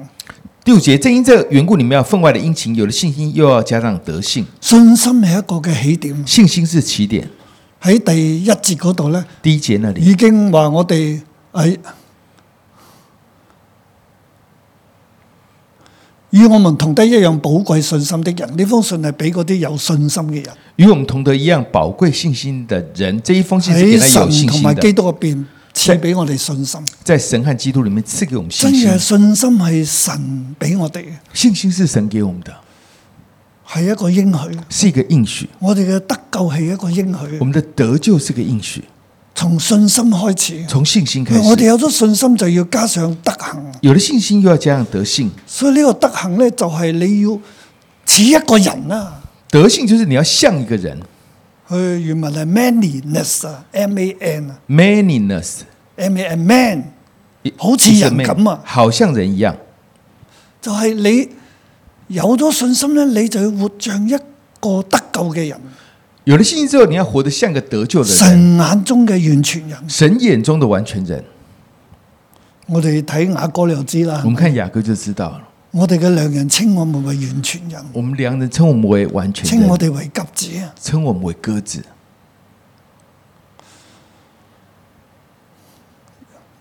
第五节，正因这缘故，你们要分外的殷勤，有了信心，又要加上德性。
信心係一個嘅起點。
信心是起点。
喺第一節嗰度咧，
第一节那里，
已經話我哋哎喺與我們同得一樣寶貴信心的人，呢封信係俾嗰啲有信心嘅人
与我们同德一样宝贵信心的人，这一封信是
喺
给他有
哎神
信
同
心
埋基
的，
督入邊賜俾我哋信心。
在神和基督里面赐给我们信
真嘅
心。
信心係神俾我哋嘅，
信心是神给我们的，
係一個應許。
是一个应许。
我哋嘅得救係一個應
我
許，
们的得救是个应许，
從信心開始。
从信心开
我哋
始。
有咗信心，就要加上德行。
有了信心，又要加上德性。
所以呢個德行咧，就係你要似一個人啊。
德性就是你要像一个人
佢原文係 manliness 啊，M A N 啊，
，manliness
am a man，好似人咁啊
好像人一样。
就係你有咗信心咧，你就要活像一個得救嘅人，
有了信心之后，你要活得像个得救的人，神
神眼中嘅完全人。
眼中的完全人。
我哋睇雅歌你就知啦
我，们看雅各就知道了，
我哋嘅良人稱我們為完全人，
我们良人称我们为完全
稱我
人，
哋為鴿子啊！
称我们为鸽子。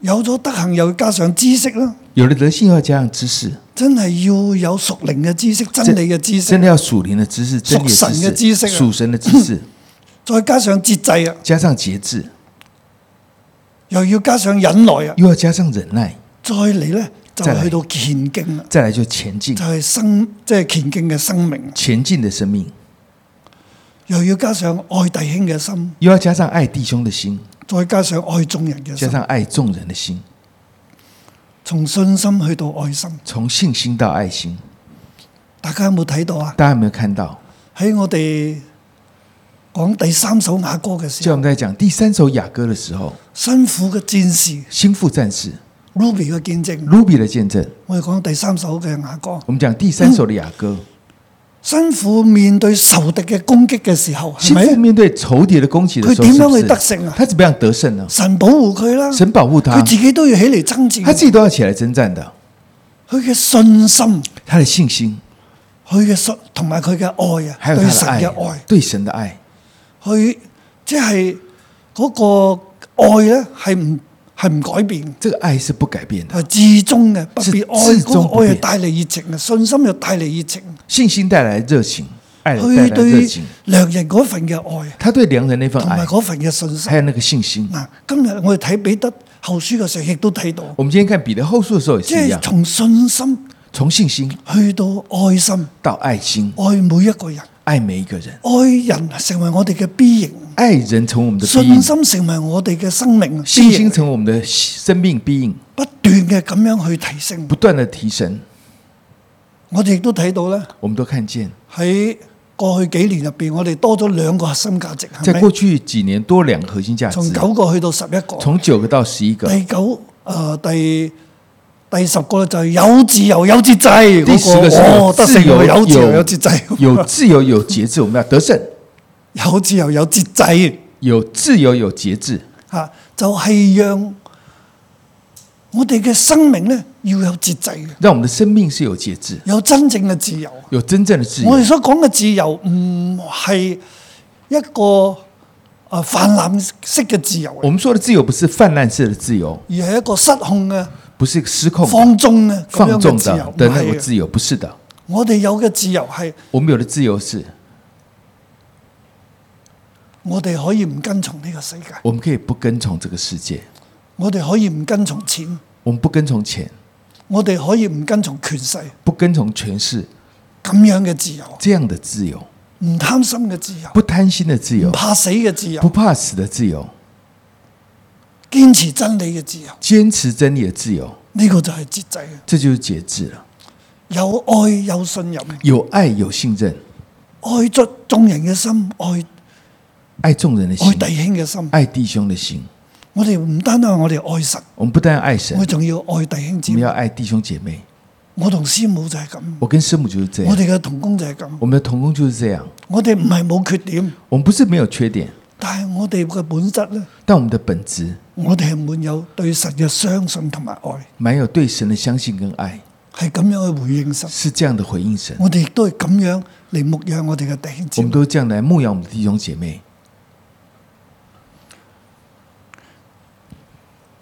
有咗德行，又要加上知識啦，
有了德性，要加上知识，
真係要有屬靈嘅知識、真理嘅知
真
識，
的要属灵的知识，真理
属神
的
的知识啊
属神的知 识，
再加上節制啊，
加上节制，
又要加上忍耐啊，
又要加上忍耐，
再嚟咧就
再嚟
去到虔敬啦，
再来就前进
就，係生即係虔敬嘅生命，
前进的生命，
又要加上愛弟兄嘅心，
又要加上爱弟兄的心，
再加上愛眾人嘅
加
心，
上爱众人的心，
從信心去到愛心。
从信心到爱心。
大家有冇睇到啊？
大家有没有看到？
喺我哋講第三首雅歌嘅時
就我
候，
们在讲第三首雅歌的时候，
辛苦嘅戰士
心腹战士
Ruby 嘅見證，
Ruby 的见证，
我哋講第三首嘅雅歌。
我们讲第三首的雅歌，
嗯辛苦面對仇敵嘅攻擊嘅時候，係
心腹
咪？
面对仇敌的攻击的时
哎佢
候，
點
是不
樣
是
去得勝啊
他怎么样得胜呢？
神保護佢啦，
神保护他
佢，自己都要起嚟爭
他
戰。
自己都要起来征战的。
佢嘅信心，
他的信心，
佢嘅信同埋佢嘅愛啊，
还有
對
他的
神
爱，
嘅愛，
对神的爱，
佢即係嗰個愛咧，係唔係唔改變。
这个爱是不改变的。
係至終嘅不變
是
愛，
至
嗰
終不
個愛
變
係帶嚟熱情嘅，信心又帶嚟熱情。
信心带来热情，爱带
佢
来热
對
情。
良人嗰份嘅愛，
他对良人那份
同埋
爱，
嗰份嘅信心
还。有那个信心。
嗱，今日我哋睇彼得後書嘅時候，亦都睇到，
我们今天看彼得后书的时候也
即
是一
係
样，
從信心
从信心
去到愛心，
到爱心，
愛每一個人，
爱每一个人，
愛人成為我哋嘅 B 型，
爱人成为我们的必
信
应，
心成為我哋嘅生命，
信
B 型
心成为我们的生命必应，
不斷嘅咁樣去提升
不。断的提升。
我哋亦都睇到咧，
我们都看见，
喺過去幾年入邊，我哋多咗兩個核心價值，
在
係
过
咪？
去几年多两个核心价值，
從九個去到十一個。
从九个到十一个，
第九诶、呃第第十個咧就係有自由有節制嗰、
第十
個，
个是
哦得
自
勝
由
喎有自由
有
有節制，
有自由有节制，我们要得胜，
有自由有節制
有自由有节制，
吓、啊就係讓我哋嘅生命咧要有節制嘅，
让我们的生命是有节制，
有真正嘅自由。
有真正的自
我哋
由。
所講嘅自由唔係一個诶泛濫式嘅自由嚟，
我们说的自由不是泛滥式的自由，
而係一個失控嘅、
不是失控的、
放縱嘅咁
放
樣嘅
纵
自由
的。的那
唔
种
係嘅
自由，不是的。
我哋有嘅自由係
我们有的自由是，
我哋可以唔跟從呢個世界。
我们可以不跟从这个世界，
我哋可以唔跟從錢，
我们不跟从钱，
我哋可以唔跟從權勢，
不跟从权势，
咁樣嘅自由，
这样的自由，
唔貪心嘅自由，
不贪心的自由
唔，怕死嘅自由
不，怕死的自由，
堅持真理嘅自由，
坚持真理的自由，
呢、個就係節制嘅。
这就是节制了。
有愛有信任，
有爱，有信任，
愛足眾人嘅心，愛
爱众人的心
愛，弟兄嘅心。
爱弟兄的心。
我哋唔單單係我哋愛神，
我们不但要爱神
我，仲要愛弟兄姊
我
妹
们要。爱弟兄姐妹。
我同師母就係咁，
我跟师母就是这
我
样，
哋嘅同工就係咁。
我们的童工就是这样。
我哋唔係冇缺點，
我们不是没有缺点，
但係我哋嘅本質咧，
但我们的本质
我哋係滿有對神嘅相信同埋愛，
满有对神的相信跟爱，
係咁樣去回應神。
是这样的回应神。
我哋亦都係咁樣嚟牧養我哋嘅弟兄姊
我们
妹。
都这样来牧养我们的弟兄姐妹。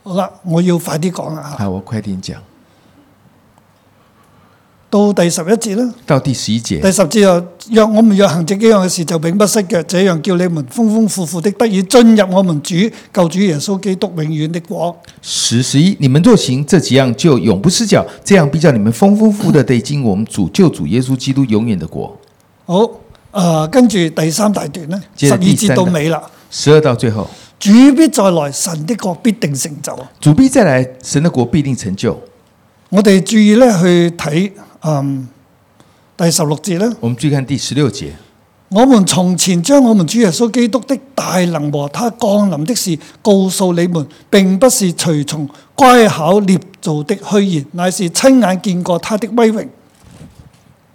好啦，我要快啲講啦嚇。
好，我快点讲
到第十一節啦，
到第十一
第
节。
十節又若我們若行這幾樣嘅事，就永不失腳。這樣叫你們豐豐富富的得以進入我們主救主耶穌基督永遠的國。
十十一，你们若行这几样，就永不失脚。这样必叫你们丰丰富富的得进我们主救主耶稣基督永远的国。
好，誒、跟住第三大段咧，
接
十
着
二
第三
節到
大
尾啦。
十二到最后，
主必再來，神的國必定成就。
主必再来，神的国必定成就。
我哋注意咧去睇，嗯，第十六節咧，
我们注意看第十六节，
我们从前将我们主耶稣基督的大能和他降临的事告诉你们，并不是随从乖巧捏造的虚言，乃是亲眼见过他的威荣。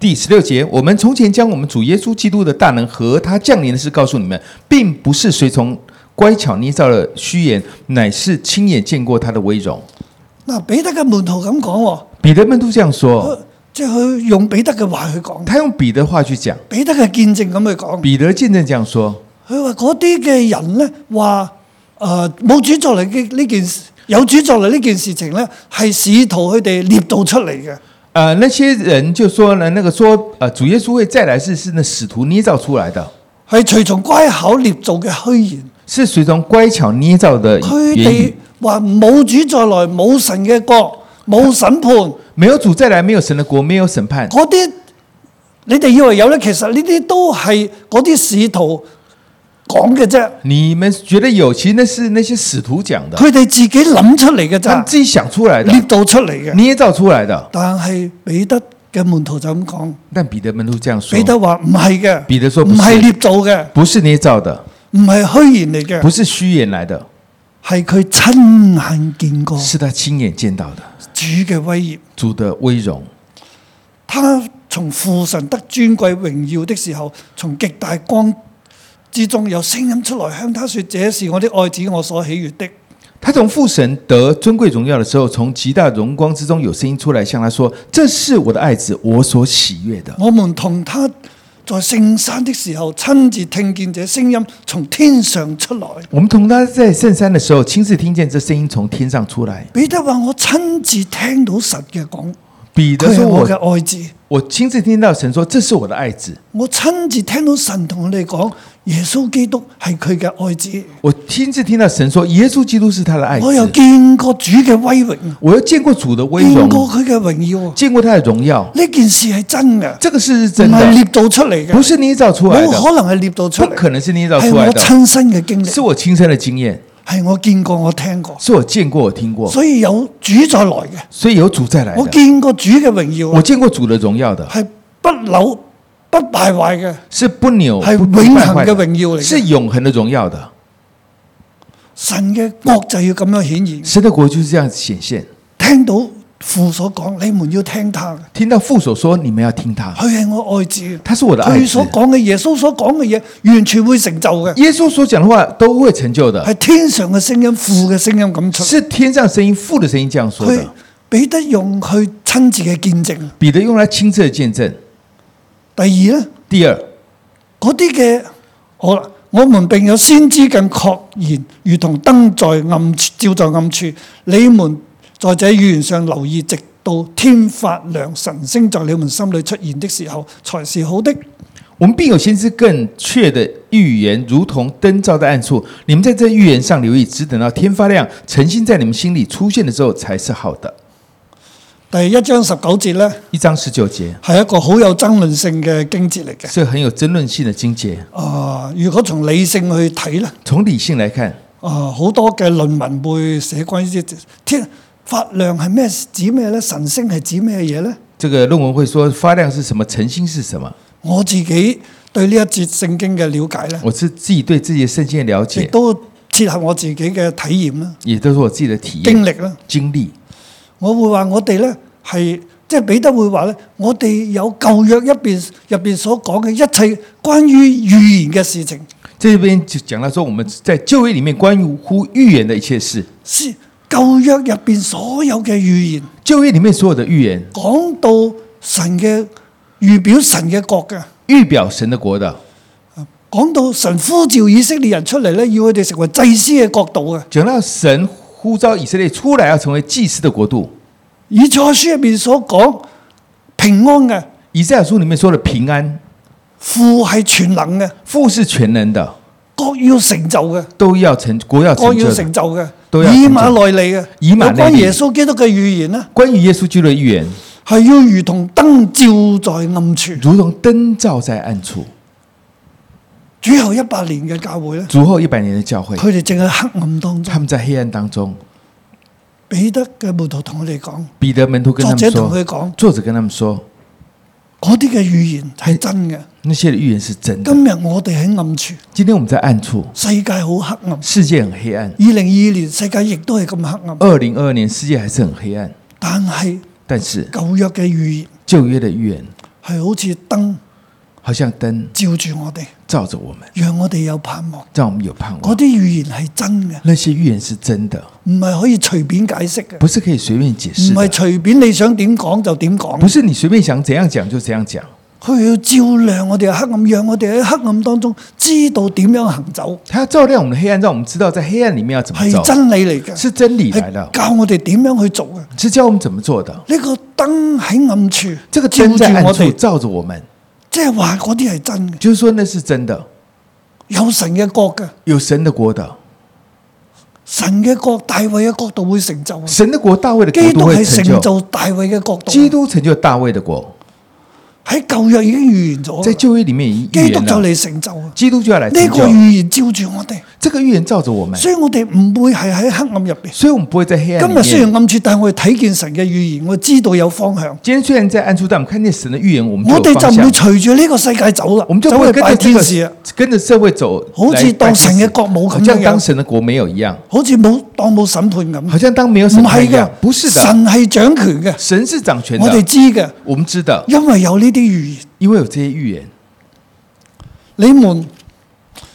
第十六节，我们从前将我们主耶稣基督的大能和他降临的事告诉你们，并不是随从乖巧捏造的虚言，乃是亲眼见过他的威容。
嗱，彼得嘅門徒咁講喎，
彼得门徒这样说，
佢即係佢用彼得嘅話去講，
他用彼得话去讲，
彼得嘅見證咁去講。
彼得见证这样说，
佢話嗰啲嘅人咧話，誒冇主作嚟嘅呢件事，有主作嚟呢件事情咧係試圖佢哋捏造出嚟嘅。
呃，那些人就说呢，那个说，呃，主耶稣会再来是是那使徒捏造出来的，
係隨從乖巧捏造嘅虛言，
是随从乖巧捏造的
佢
言
哋
语。
話冇主再來，冇神嘅國，冇審判，
没有主再来，没有神的国，没有审判。
嗰啲你哋以為有咧，其實呢啲都係嗰啲使徒講嘅啫，
你们觉得有，其实那是那些使徒讲的，
佢哋自己諗出嚟嘅
他
咋
们。自己想出来的，
捏到出嚟嘅。
捏造出来的。
但係彼得嘅門徒就咁講，
但彼得门徒这样说
彼，得話唔係嘅，
彼得說不
唔
是
係捏造嘅，
不是捏 造的，
唔係虛言嚟
不
嘅，
是虚言来的，
係佢親眼見過
是他亲眼见到的
主嘅威嚴。
主的威容。
他從父神得尊貴榮耀的時候，從極大光之中有聲音出來，向他說：這是我的愛子，我所喜悦的。
他从父神得尊贵荣耀的时候，从极大荣光之中有声音出来，向他说：“这是我的爱子，我所喜悦的。
我們同他在聖山的時候，親自聽見這聲音從天上出來。”
我们同他在圣山的时候，亲自听见这声音从天上出来。
彼得話：我親自聽到神嘅講。
彼得
佢係
说
我嘅
我：“
愛子，
我親自听到神说，这是我的爱子。
我親自聽到神同我哋講，耶穌基督係佢嘅愛子。
我亲自听到神说，耶稣基督是他的爱子。
我又見過主嘅威榮，
我又见过主的威
見
荣，
過佢嘅榮耀。
见过他的荣耀。
呢件事係真嘅，
这个是
唔
真
係捏
的，
造出嚟
不
嘅，
是捏造出来
冇
的，
可能係捏造出
不
嚟，
可能是捏造
係
出来
哎我
的，
親身嘅經
是
歷，
我亲身的經驗，
係我見過，我聽過，
是我见过，我听过，
所以有主再來嘅，
所以有主再来
我
的。
見過主嘅榮
我
耀啊
见过主的荣耀的，
係不朽、不敗壞嘅，
是不扭
係
不
永
败
恆
坏
嘅榮耀嚟
是
嘅。
永恒的荣耀的。
神嘅國就要咁樣顯現。
神的国就是这样显现。
聽到父所講，你們要聽他嘅。
听到父所说，你们要听他，
佢係我愛子，
他是我的爱
佢
子
所。講嘅耶穌所講嘅嘢，完全會成就嘅，
耶稣所讲的话都会成就的，
係天上嘅聲音、父嘅聲音咁出。
是天上聲音、父的聲音这样说
佢
的。
彼得用佢親自嘅見證。
彼得用来亲自的见证。
第二咧，
第二，
嗰啲嘅好啦，我們並有先知更確言，如同燈在暗處照在暗處。你們在這預言上留意，直到天發亮，神星在你們心裏出現的時候，才是好的。
我们必有先知更确的预言，如同灯照在暗处。你们在这预言上留意，只等到天发亮，诚心在你们心里出现的时候才是好的。
第一章十九節咧。
一章十九节
係一個好有爭論性嘅經節嚟嘅。
是很有爭論性的经节。
啊、如果從理性去睇咧，
从理性来看，
啊、好多嘅論文會寫關於呢啲天發亮係咩指咩咧？神星係指咩嘢咧？
这个论文会说发亮是什么，诚心是什么。
我自己對呢一節聖經嘅了解咧，
我是自己对自己的圣经的了
亦
解，
都切合我自己嘅體驗啦、
也都是我自己的体
經
验
歷啦。
经历。
我會話我哋咧係即係彼得會話咧，我哋有舊約一邊入邊所講嘅一切關於預言嘅事情。
这边就讲到说，我们在旧约里面关乎预言的一切事，
是舊約入邊所有嘅預言，
旧约里面所有的预言，
講到神嘅預表神嘅國嘅，
预表神的国的，
講到神呼召以色列人出嚟咧，要佢哋成為祭司嘅國度嘅。
讲到神呼召以色列出来要成为祭司的国度，
以賽書入面所講平安嘅
以赛亚书里面说的平安，
父係全能嘅，
父是全能的，
國要成就嘅，
都要成国要
國
成就
要
的
成就嘅。
都要成
以
就
馬內利嘅，
以馬內利
有關耶穌基督嘅預言咧，
关于耶稣基督的预言，
係要如同燈照在暗處。
如同灯照在暗处。
主後一百年嘅教會咧，
主后一百年的教会，
佢哋正喺黑暗當中。
他们在黑暗当中，
彼得嘅門徒同我哋講，
彼得门徒跟
作
他
者
们
同佢
说，
講，
作者跟他们说，
嗰啲嘅預言係真嘅，
那些的预言是真的。
今日我哋喺暗處，
今天我们在暗处，
世界好黑暗。
世界很黑暗。
二零二二年世界亦都係咁黑暗，
二零二二年世界还是很黑暗，
但係
但是
舊約嘅預言
旧约的预言
係好似燈
好像灯
照住我哋，
照着我们，
讓我哋有盼望。
让我们有盼
嗰
望。
啲預言係真嘅，
那些预言是真的，
唔係可以隨便解釋嘅，
不是可以随便解
唔
释
係
的，
隨便你想點講就點講
不。是你随便想怎样讲就怎样讲。
佢要照亮我哋嘅黑暗，讓我哋喺黑暗當中知道點樣行走，
它要照亮我们的黑暗，让我们知道在黑暗里面要怎么
係
走，
真理嚟嘅，
是真理来
係
的，
教我哋點樣去做嘅。呢、
是教我们怎么做的。
個燈喺暗處，
这个
照
灯在
住
暗
我
处
哋，
照着我们，
即係話嗰啲係真嘅，
就是说那是真的，
有神嘅國嘅，
有神的国的，
神嘅國、大衛嘅國度會成就啊。
神的国，大卫的
基
国
督
都会
係
成
成
就。
就大衛嘅國度啊，
基督成就大卫的国，
喺舊約已經預言咗
在
啦，
旧约里面已经预
哦基督
言
就
了，
嚟成就啊。
基督就要来
呢
成
個
就。
預言照住我哋，
这个预言照着我们，
所以我哋唔會係喺黑暗入邊。
所以我们不会在黑暗
今
里
日雖然
面。
暗處，但係我哋睇見神嘅預言，我知道有方向。
今天虽然在暗处，但我们看见神的预言，我们就
我哋
有
就
方
唔會
向。
隨住呢個世界走啦，
我们就不
走
会
去
跟
拜
着这
天使啊
个，跟着社会走，
好似
来拜
当神
天使
嘅国冇咁
好像
样
当神的国没有一样，
好似冇當冇審判咁。
好像当没有
唔
神
係
一样。
嘅，
不是的，
神係掌權嘅，
神是掌权
我哋
的，
知嘅，
我们知道，
因為有呢啲預言。
因为有这些预言。
你們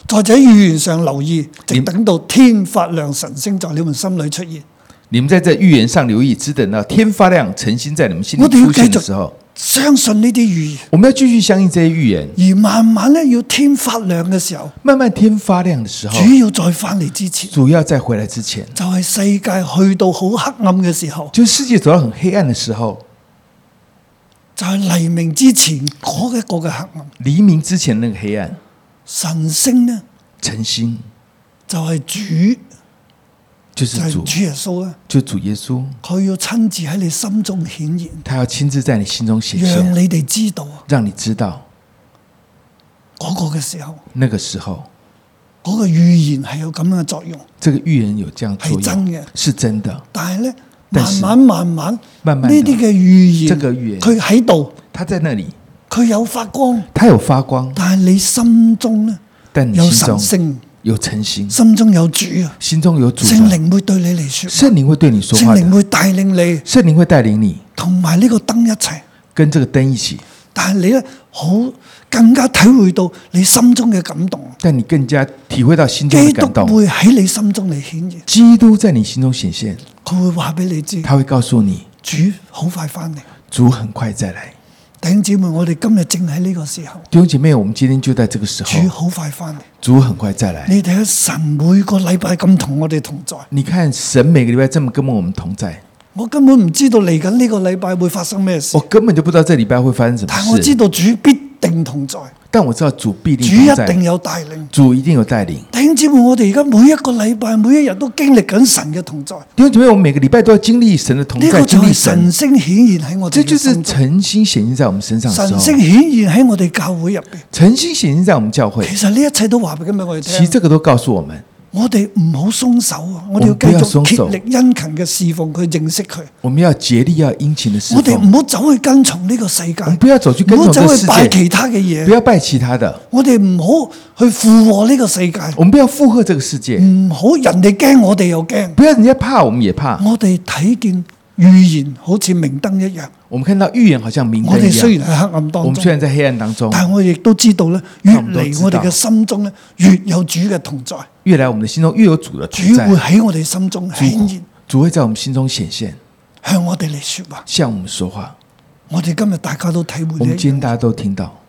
在這預言上留意，直等到天發亮，神星在你們心裏出現。
你们在这预言上留意，只等到天发亮，晨星在你们心里
我哋要
出现
继
的
续
时候，
相信呢啲
我们要继续相信这些预言。
預言，而慢慢咧要天發亮嘅時候，
慢慢天发亮的时候，
主要再翻嚟之前，
主要在回来之前，
就係、世界去到好黑暗嘅時候，
就是世界走到很黑暗的时候，
就係、黎明之前嗰一個嘅黑暗。
黎明之前那个黑暗，
神星呢，
晨星
就係主，就
就
係、
是主，
主耶穌啊！
就主耶穌，
佢要親自喺你心中顯現，
他要亲自在你心中显
讓
现，
你哋知道啊
让你知道
嗰、個嘅時候，
那个时候，
嗰、個預言係有咁樣嘅作用。
这个预言有这样作
是真
用
的，
是真的。
但係咧，
但
慢
是
慢慢慢，呢
慢慢地
啲嘅預
這
言，
個預言
佢喺度，
他在那里，
佢有發光，
他有发光，
但係你心中咧
但你
有
嗯心
神
中
聖，
有晨星，
心中有主啊，
心中有主
聖
的，
靈會對你嚟説，
圣灵会对你说
聖
话
靈
的，
會帶領你，
圣灵会带领你
同埋呢個燈一齊。
跟这个灯一起，
但係你咧好更加體會到你心中嘅感動。
但你更加体会到心中
基
的
督
感动。
會喺你心中嚟顯現，
基督在你心中显现，
佢會話俾你知，
他会告诉你，
主好快翻嚟。
主很快再来。
弟兄姊妹，我哋今日正喺呢個時候，
弟兄姐妹，我们今天就在这个时候
主，好快翻嚟。
主很快再来。
你睇下神每個禮拜咁同我哋同在，
你看，神每个礼拜这么跟我们同在，
我根本唔知道嚟緊呢個禮拜會發生咩事
我，根本就不知道这礼拜会发生什
但我
么
知
事，
道主必定同在，
但我知道主必定
主
同
一定
在，
有帶領。
主一定有带领。
弟兄姊妹，我哋而家每一個禮拜，每一日都經歷緊神嘅同在，呢、
弟兄姐妹，我们每个礼拜都要經歷神的同
個
在，
就
經歷
係
神
神，星顯現喺我哋
这就
嘅
是
心中。
诚心显现在我们身上的时
神
候，
星顯現喺我哋教會入邊。
诚心显现在我们教会
其。實呢一切都話俾今日我哋
其实
聽，
这个都告诉我们，
我哋唔好鬆手啊！我哋
我們不
要
要
繼
鬆
續竭
手
力殷勤嘅侍奉佢，認識佢。
我们要竭力要殷勤的侍
我嗯哋
奉
唔，好走去跟從呢個世界，
不要走去跟
唔好
從這個
走去
世界
拜其他嘅
不
嘢。
要拜其他的，
我哋唔好去附和呢個世界，
我们不要附和这个世界，
唔好人哋驚我哋又驚。
不要人家怕我们也怕。
我哋睇見預言好似明燈一樣，
我们看到预言好像明
我
灯
哋
一
雖
样，
然喺黑暗
我
當
们虽
中，
然在黑暗当中，
但係我亦都知道咧，越
我們都知
嚟我哋
道
嘅心中咧，越有主嘅同在，
越来我们的心中越有主的
主啊
存在
會，喺我哋心中顯
主
現，
主会在我们心中显现，
向我哋嚟説話。
向我们说话。
我哋今日大家都體會
我
呢
们
一
今天
樣，
大家都听到，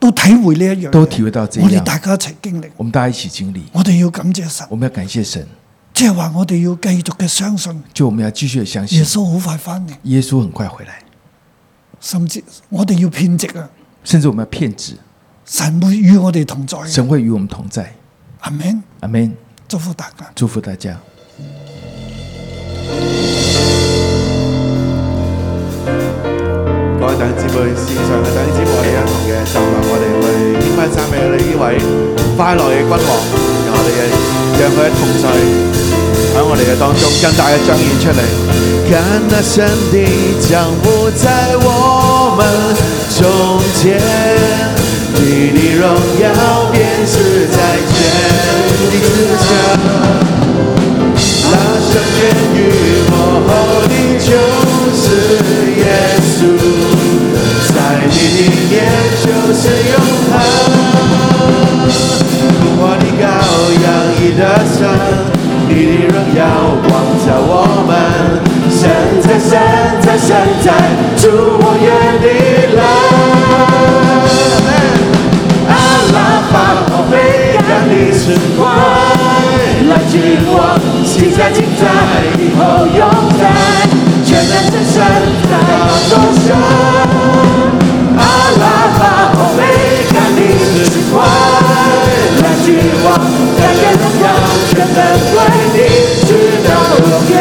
都體會呢一樣嘢，
都體會到這樣
我哋大家一齊經歷，
我们大家一起经历，
我哋要感謝神，
我们要感谢神，
即係話我哋要繼續嘅相信
就我们要继续的相
耶
信
穌好快翻嚟，
耶稣很快回来，
甚至我哋要騙藉啊！
甚至我们要骗子，
神會與我哋同在嘅，
神会与我们同在。
阿明，
阿门，
祝福大家。
祝福大家。
各位弟兄姊妹，線上嘅弟兄姊妹，我哋一同嘅就立，我哋去獻翻讚美你呢位快樂嘅君王，讓我哋嘅讓佢嘅同在喺我哋嘅當中更大嘅彰顯出嚟。看那神的降伏在我們中間，你的荣耀便是在天地之下。那圣殿与幕后的就是耶稣，在你里面就是永恒。我的羔羊已得胜，你的荣耀光照我们。现在，现在，现在，主我愿你来。阿拉法，我被让你存活，来自我，现在精彩，以后永在，全能真神在我手上。阿拉法，我被让你存活，来自我，感谢荣耀，全能归你，直到永远。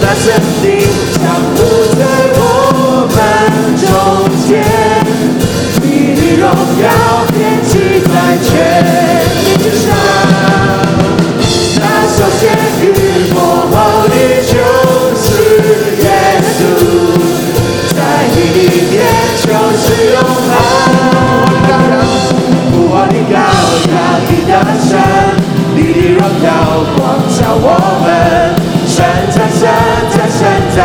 那神灵降伏在我们中间，你的荣耀遍及在全地之上。那首先与幕后的就是耶稣，在你里面就是永恒。我的羔羊已得胜，你的荣耀光照我们。神在，神在，神在，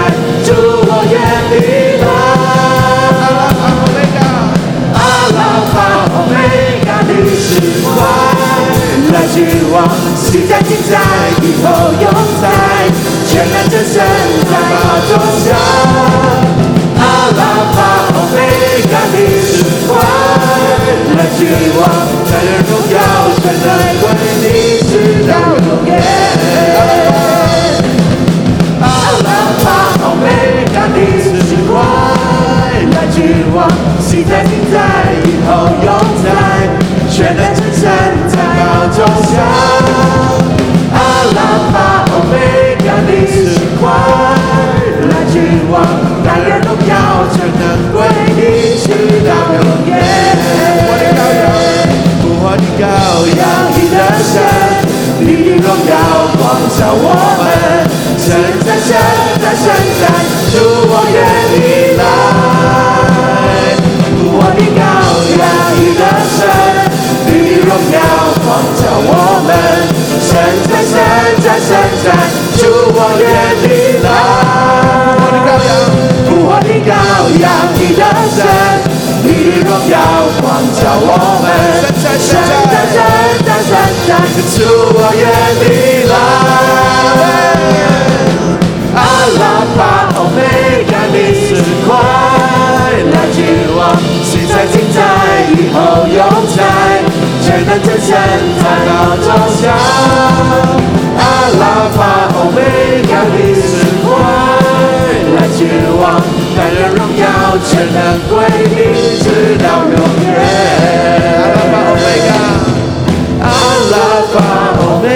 主我愿你来。阿拉法，欧米伽，你是我，来自我，现在今在，以后永在，全能真神在我中下。阿拉法，欧米伽，你是我，来自我，在这荣耀，全能归你，直到永远。阿拉法，欧米伽，你是我，来自我，现在、现在、以后、永在，全能真神在宝座下。阿拉法，欧米伽，你是我，来自我，大愿荣耀全能归你，直到永远。我的羔羊，我的羔羊已得胜。你的荣耀光照我们，现在现在现在，主我愿你来，我的羔羊已得胜，你的荣耀光照我们，现在现在现在，主我愿你来，我的羔羊，我的羔羊已得胜，你的荣耀光照我们，现在现在。站在站在，主我愿你来。阿拉法欧米伽，你是快乐之王，现在精在，以后永在，全能真神在宝座下。阿拉法欧米伽，你是快乐之王，带来荣耀，全能归你，直到永远。阿拉法欧米伽。阿拉法欧米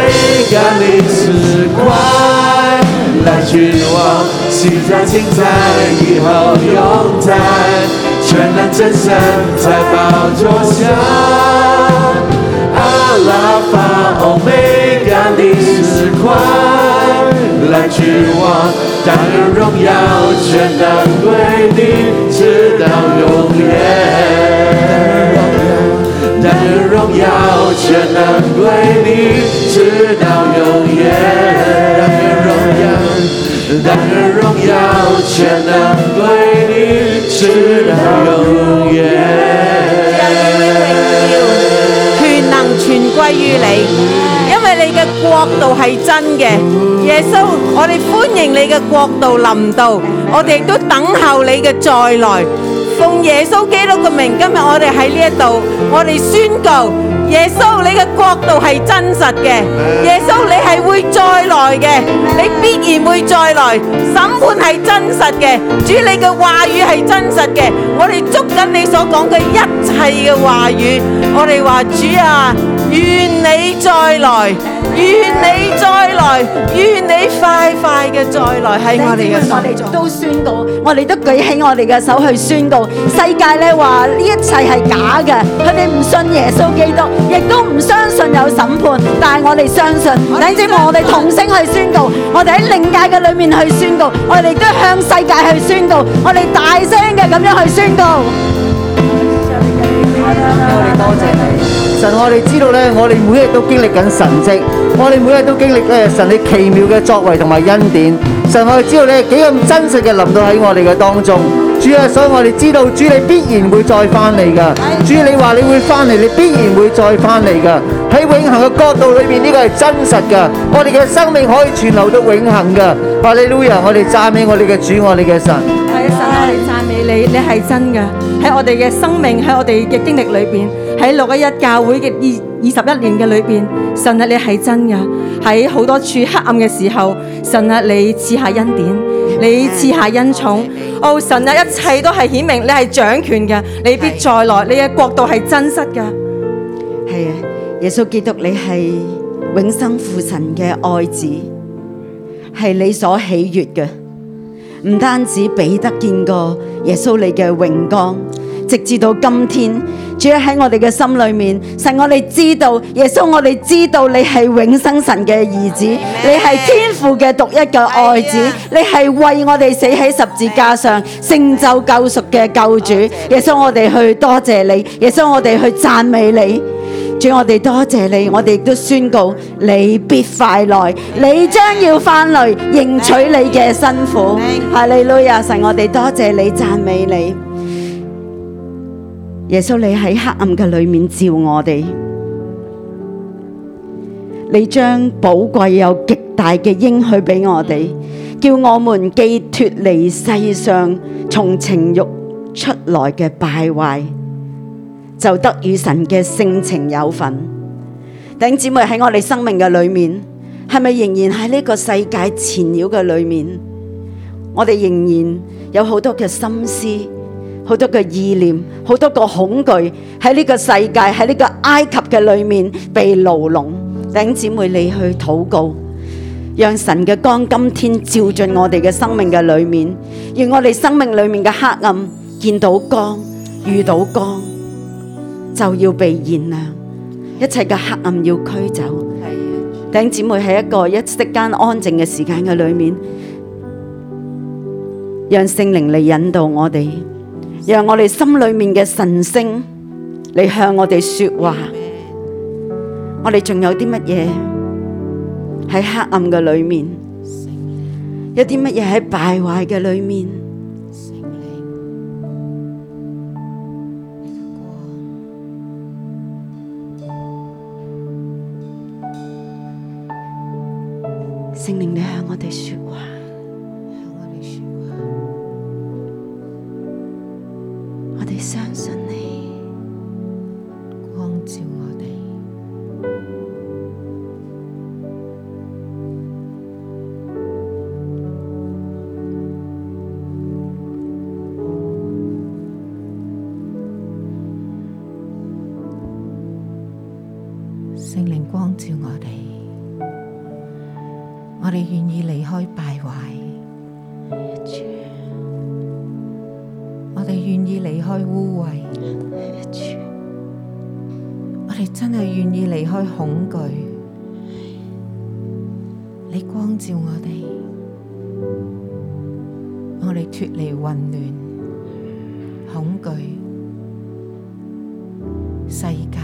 伽，你是快乐君王，现在、现在、以后、永在，全能真神在宝座下。阿拉法欧米伽，你是快乐君王，大有荣耀，全能归你，直到永远。但愿荣耀全能归你，直到永远。但愿荣耀，但愿荣耀全能归你，直到永远。
因为你荣耀，权能全归于你。因为你嘅国度系真嘅，耶稣，我哋欢迎你嘅国度临到，我哋亦都等候你嘅再来。奉耶稣基督嘅名，今日我哋喺呢一度，我哋宣告耶稣你嘅国度系真实嘅，耶稣你系会再来嘅，你必然会再来，审判系真实嘅，主你嘅话语系真实嘅，我哋捉紧你所讲嘅一切嘅话语，我哋话主啊，愿願你再來，願你再來，願你快快嘅再來喺我哋嘅心中。
都宣告，我哋都舉起我哋嘅手去宣告。世界咧話呢一切係假嘅，佢哋唔信耶穌基督，亦都唔相信有審判，但係我哋相信。弟兄姊妹，我哋同聲去宣告，我哋喺靈界嘅裏面去宣告，我哋都向世界去宣告，我哋大聲嘅咁樣去宣告。
我哋多謝你，神，我哋知道咧，我哋每日都經歷緊神蹟，我哋每日都經歷咧神你奇妙嘅作為同埋恩典，神，我哋知道你係幾咁真實嘅臨到喺我哋嘅當中，主啊，所以我哋知道主你必然會再翻嚟噶，主你話你會翻嚟，你必然會再翻嚟噶，喺永恆嘅角度裏面呢個係真實噶，我哋嘅生命可以存留到永恆噶，哈利路亞，我哋讚美我哋嘅主，我哋嘅神。
係啊，神啊，我哋讚美你，你係真嘅，喺我哋嘅生命，喺我哋嘅經歷裏邊，喺六一一教會嘅二二十一年嘅裏邊，神啊，你係真嘅，喺好多處黑暗嘅時候，神啊，你賜下恩典，你賜下恩寵。哦，神啊，一切都係顯明你係掌權嘅，你必再來，你嘅國度係真實嘅。
係啊，耶穌基督你係永生父神嘅愛子，係你所喜悅嘅。唔單止彼得見過耶穌你嘅榮光，直至到今天，主要喺我哋嘅心裏面，神我哋知道，耶穌我哋知道你係永生神嘅兒子，你係天父嘅獨一嘅愛子，你係為我哋死喺十字架上成就救贖嘅救主。耶穌我哋去多謝你，耶穌我哋去讚美你。主，我哋多謝你，我哋亦都宣告你必快來，你將要翻嚟迎取你嘅辛苦。哈利路亞，神，我哋多謝你，讚美你。耶穌，你喺黑暗嘅裏面照我哋，你將寶貴有極大嘅應許俾我哋，叫我們既脱離世上從情欲出來嘅敗壞。就得與神嘅性情有份。弟兄姊妹喺我哋生命嘅裏面，係咪仍然喺呢個世界纏繞嘅裏面？我哋仍然有好多嘅心思，好多嘅意念，好多個恐懼喺呢個世界喺呢個埃及嘅裏面被牢籠。弟兄姊妹，你去禱告。讓神嘅光今天照進我哋嘅生命嘅裏面，讓我哋生命裏面嘅黑暗見到光，遇到光。就要被燃亮，一切嘅黑暗要驅走。弟兄姊妹喺一個一息間安靜嘅時間嘅裏面，讓聖靈嚟引導我哋，讓我哋心裏面嘅神聲嚟向我哋說話。我哋仲有啲乜嘢喺黑暗嘅裏面？有啲乜嘢喺敗壞嘅裏面？聖靈，你向我哋說話，向我哋說話，我哋相信你，光照我哋。
圣灵光照我哋，我哋愿意离开败坏，我哋愿意离开污秽，我哋真系愿意离开恐惧。你光照我哋，我哋脱离混乱、恐惧、世界。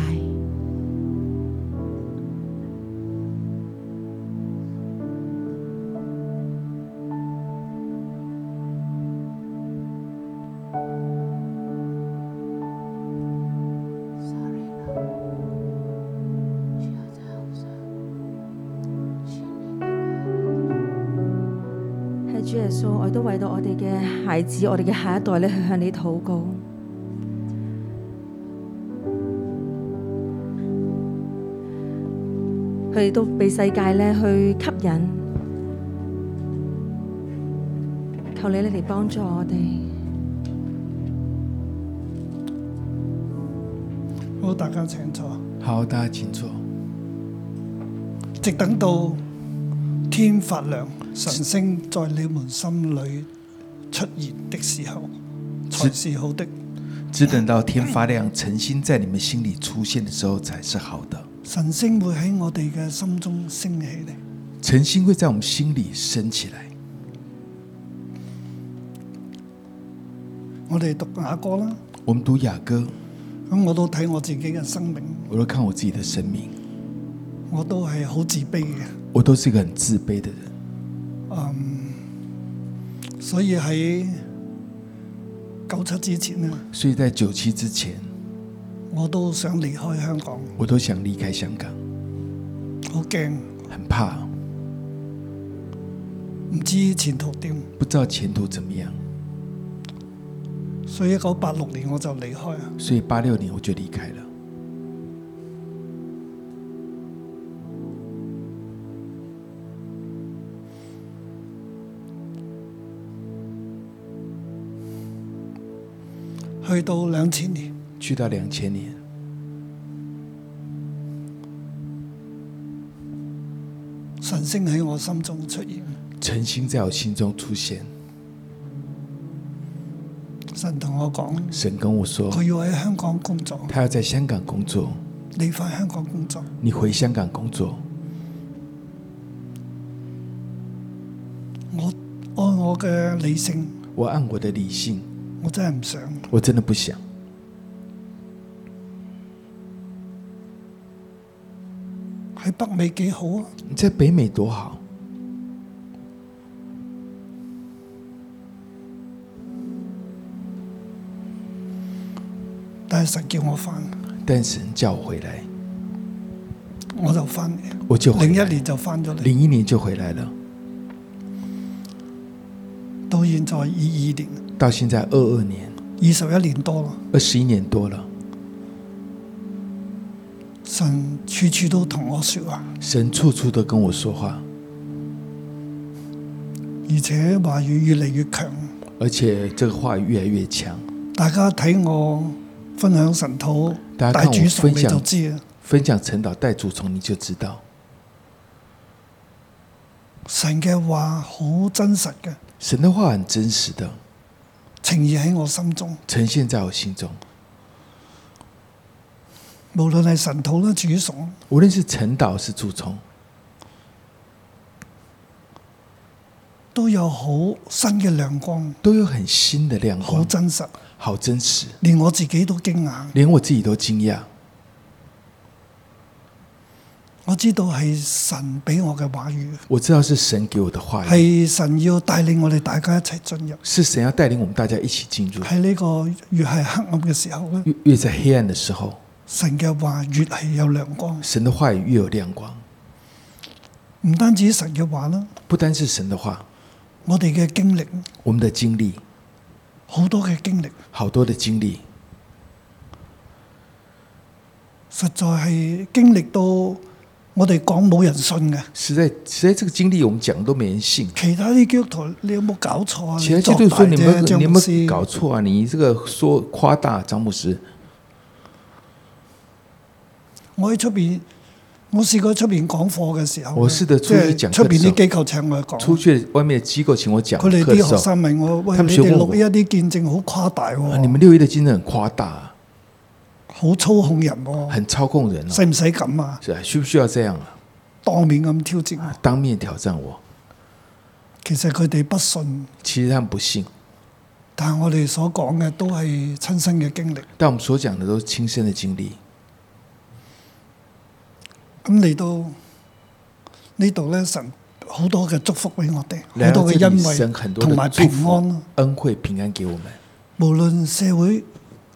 係主耶穌，我都為到我哋嘅孩子，我哋嘅下一代咧，去向你禱告。佢哋都被世界咧去吸引，求你咧嚟幫助我哋。
好，大家請坐。
好，大家请坐。
直等到天發亮，晨星在你們心裏出現的時候，才是好的。
只等到天发亮，晨星在你们心里出现的时候才是好的。
晨星會喺我哋嘅心中升起嚟。
晨星会在我们心里升起来。
我哋讀雅歌啦，
我们读雅歌，
咁我都睇我自己嘅生命，
我都看我自己的生命，
我都係好自卑嘅。
我都是一个很自卑的人，
所以喺九七之前呢，
所以在九七之前，
我都想離開香港，
我都想离开香港，
好驚，
很怕，
唔知前途點。
不知道前途怎么样。
所以一九八六年我就離開，
所以八六年我就离开了。
去到兩千年，
去到两千年，
神星喺我心中出現，
晨星在我心中出现，
神同我講，
神跟我说
佢，要喺香港工作，
他要在香港工作，
你翻香港工作。
你回香港工作。
我按我嘅理性，
我按我的理性，
我真係唔想。
我真的不想。
喺北美幾好啊，
你在北美多好，
但係神叫我翻，
但神叫我回来，
我就翻嚟。
我就回
零
来
一年就翻咗嚟，
零一年就回来了，
到現在二二年，
到现在二二年，
二十一年多啦。
二十一年多了，
神處處都同我説話，
神处处的跟我说话，
而且話語越嚟越強。
而且这个话语越来越强。
大家睇我分享神土，
大家
大
看
主
我
崇
分
你就
享
知啊。
分享陈导带主从你就知道，
神嘅話好真實嘅，
神的话很真实的
情意喺我心中。
呈现在我心中。
無論係神土啦、主崇，
无论是陈导是主从，
都有好新嘅亮光，
都有很新的亮
好
光，
真實，
好真实，
連我自己都驚訝。
连我自己都惊讶。
我知道係神俾我嘅話語，
我知道是神给我的话语，
係神要帶領我哋大家一齊進入。
是神要带领我们大家一起进入。
喺呢個越係黑暗嘅時候咧，
越越在黑暗的时候，
神嘅話越係有亮光。
神的话语越有亮光。
唔單止神嘅話啦，
不单是神的话，
我哋嘅經歷
我们的经历，
好多嘅經歷，
好多的经历，
實在係經歷到我哋講冇人信嘅。
实在实在这个经历我们讲都没人信。
其他啲基督徒，你有冇搞錯啊？
其他
你
基
作
督徒
大
说你们
啫，張
你
牧
们
師
搞错啊！你这个说夸大张牧师，
我喺出邊，我試過喺出邊講課嘅時候呢，
我試過
即
出去
係
講
出
課嘅
邊
時
啲
候
機構請我講，
出去外面的机构请我讲
佢
课
哋
的
啲
時
學
候，
生問我：喂，
他
你
們學
哋
過
錄一啲見證好誇大喎、
啊你们六一的经人很夸大啊，
好操控人喎、
很操控人哦，
使唔使咁啊？
是啊，需不需要这样啊？
當面咁挑戰我，
当面挑战我，
其實佢哋不信，
其实他们不信，
但係我哋所講嘅都係親身嘅經歷。
但我们所讲的都是亲身的经历。
咁嚟到呢度咧，神好多嘅祝福俾我哋，
来
好
到
多嘅
这里，
恩
神
惠
很多
同埋
的祝
平安
福
啦。、
恩惠、平安给我们。
無論社會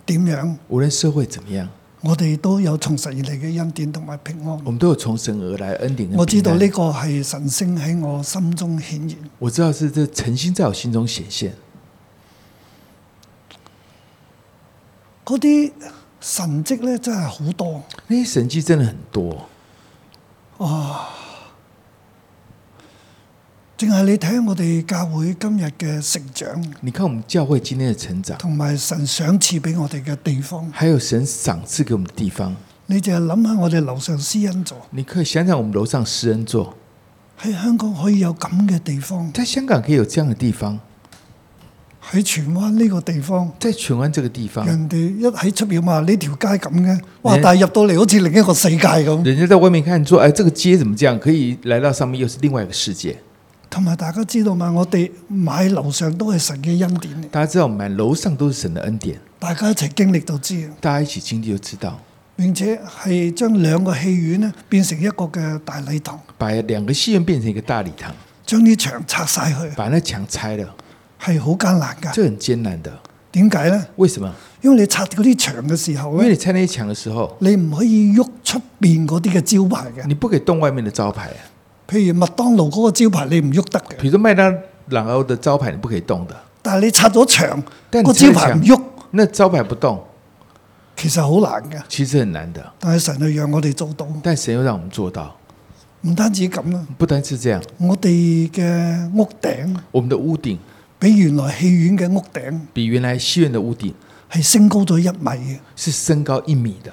點樣，
无论社会怎么样，
我哋都有從神而嚟嘅恩典同埋平安
我。们都有从神而来恩典跟
我知道
平安
呢個係神星喺我心中顯現，
我知道是这诚心在我心中显现，
嗰啲神蹟咧真係好多。
那些神迹真的很多。
正係你睇我哋教會今日嘅成長，
你看我们教会今天的成长，
同埋神賞賜俾我哋嘅地方，
还有神赏赐给我们的地方，
你淨係諗下我哋樓上施恩座
你可以想想我们楼上施恩座，
喺香港可以有咁嘅地方，
在香港可以有这样的地方，
喺荃灣呢個地方，
在荃湾这个地方，
人哋一喺出面話呢條街咁嘅，哇！
啊你
但係入到嚟好似另一個世界咁，
人家在外面看说，哎，这个街怎么这样？可以来到上面又是另外一个世界。
同埋大家知道嘛，我哋買樓上都係神嘅恩典嚟，
大家知道，我们楼上都是神的恩典，
大家一齊經歷就知嘅。
大家一起经历就知道，
並且係將兩個戲院咧變成一個嘅大禮堂，
把两个戏院变成一个大礼堂，
將啲牆拆晒去，
把那墙拆了，
係好艱難㗎。
这很艰难的。
點解呢？
为什么？
因為你拆掉啲牆嘅時候
因为
咧，
你拆那些墙的时候，
你唔可以喐出邊嗰啲嘅招牌嘅。
你不可以動外面的招牌啊，
譬如麥當勞嗰個招牌你唔喐得嘅，
比如说麦当劳的招牌你不可以動的，
但係你拆咗牆，
但
個
你拆
招
咗
牌唔
牆
喐，
那招牌不動
其實好難嘅。
其實很難的。
但係神就讓我哋做到，
但神又讓我們做到，
唔單止咁啦，
不單是這樣，
我哋嘅屋頂
我們的屋頂
比原來戲院嘅屋頂
比原來戲院的屋頂
係升高咗一米嘅。
是升高一米的，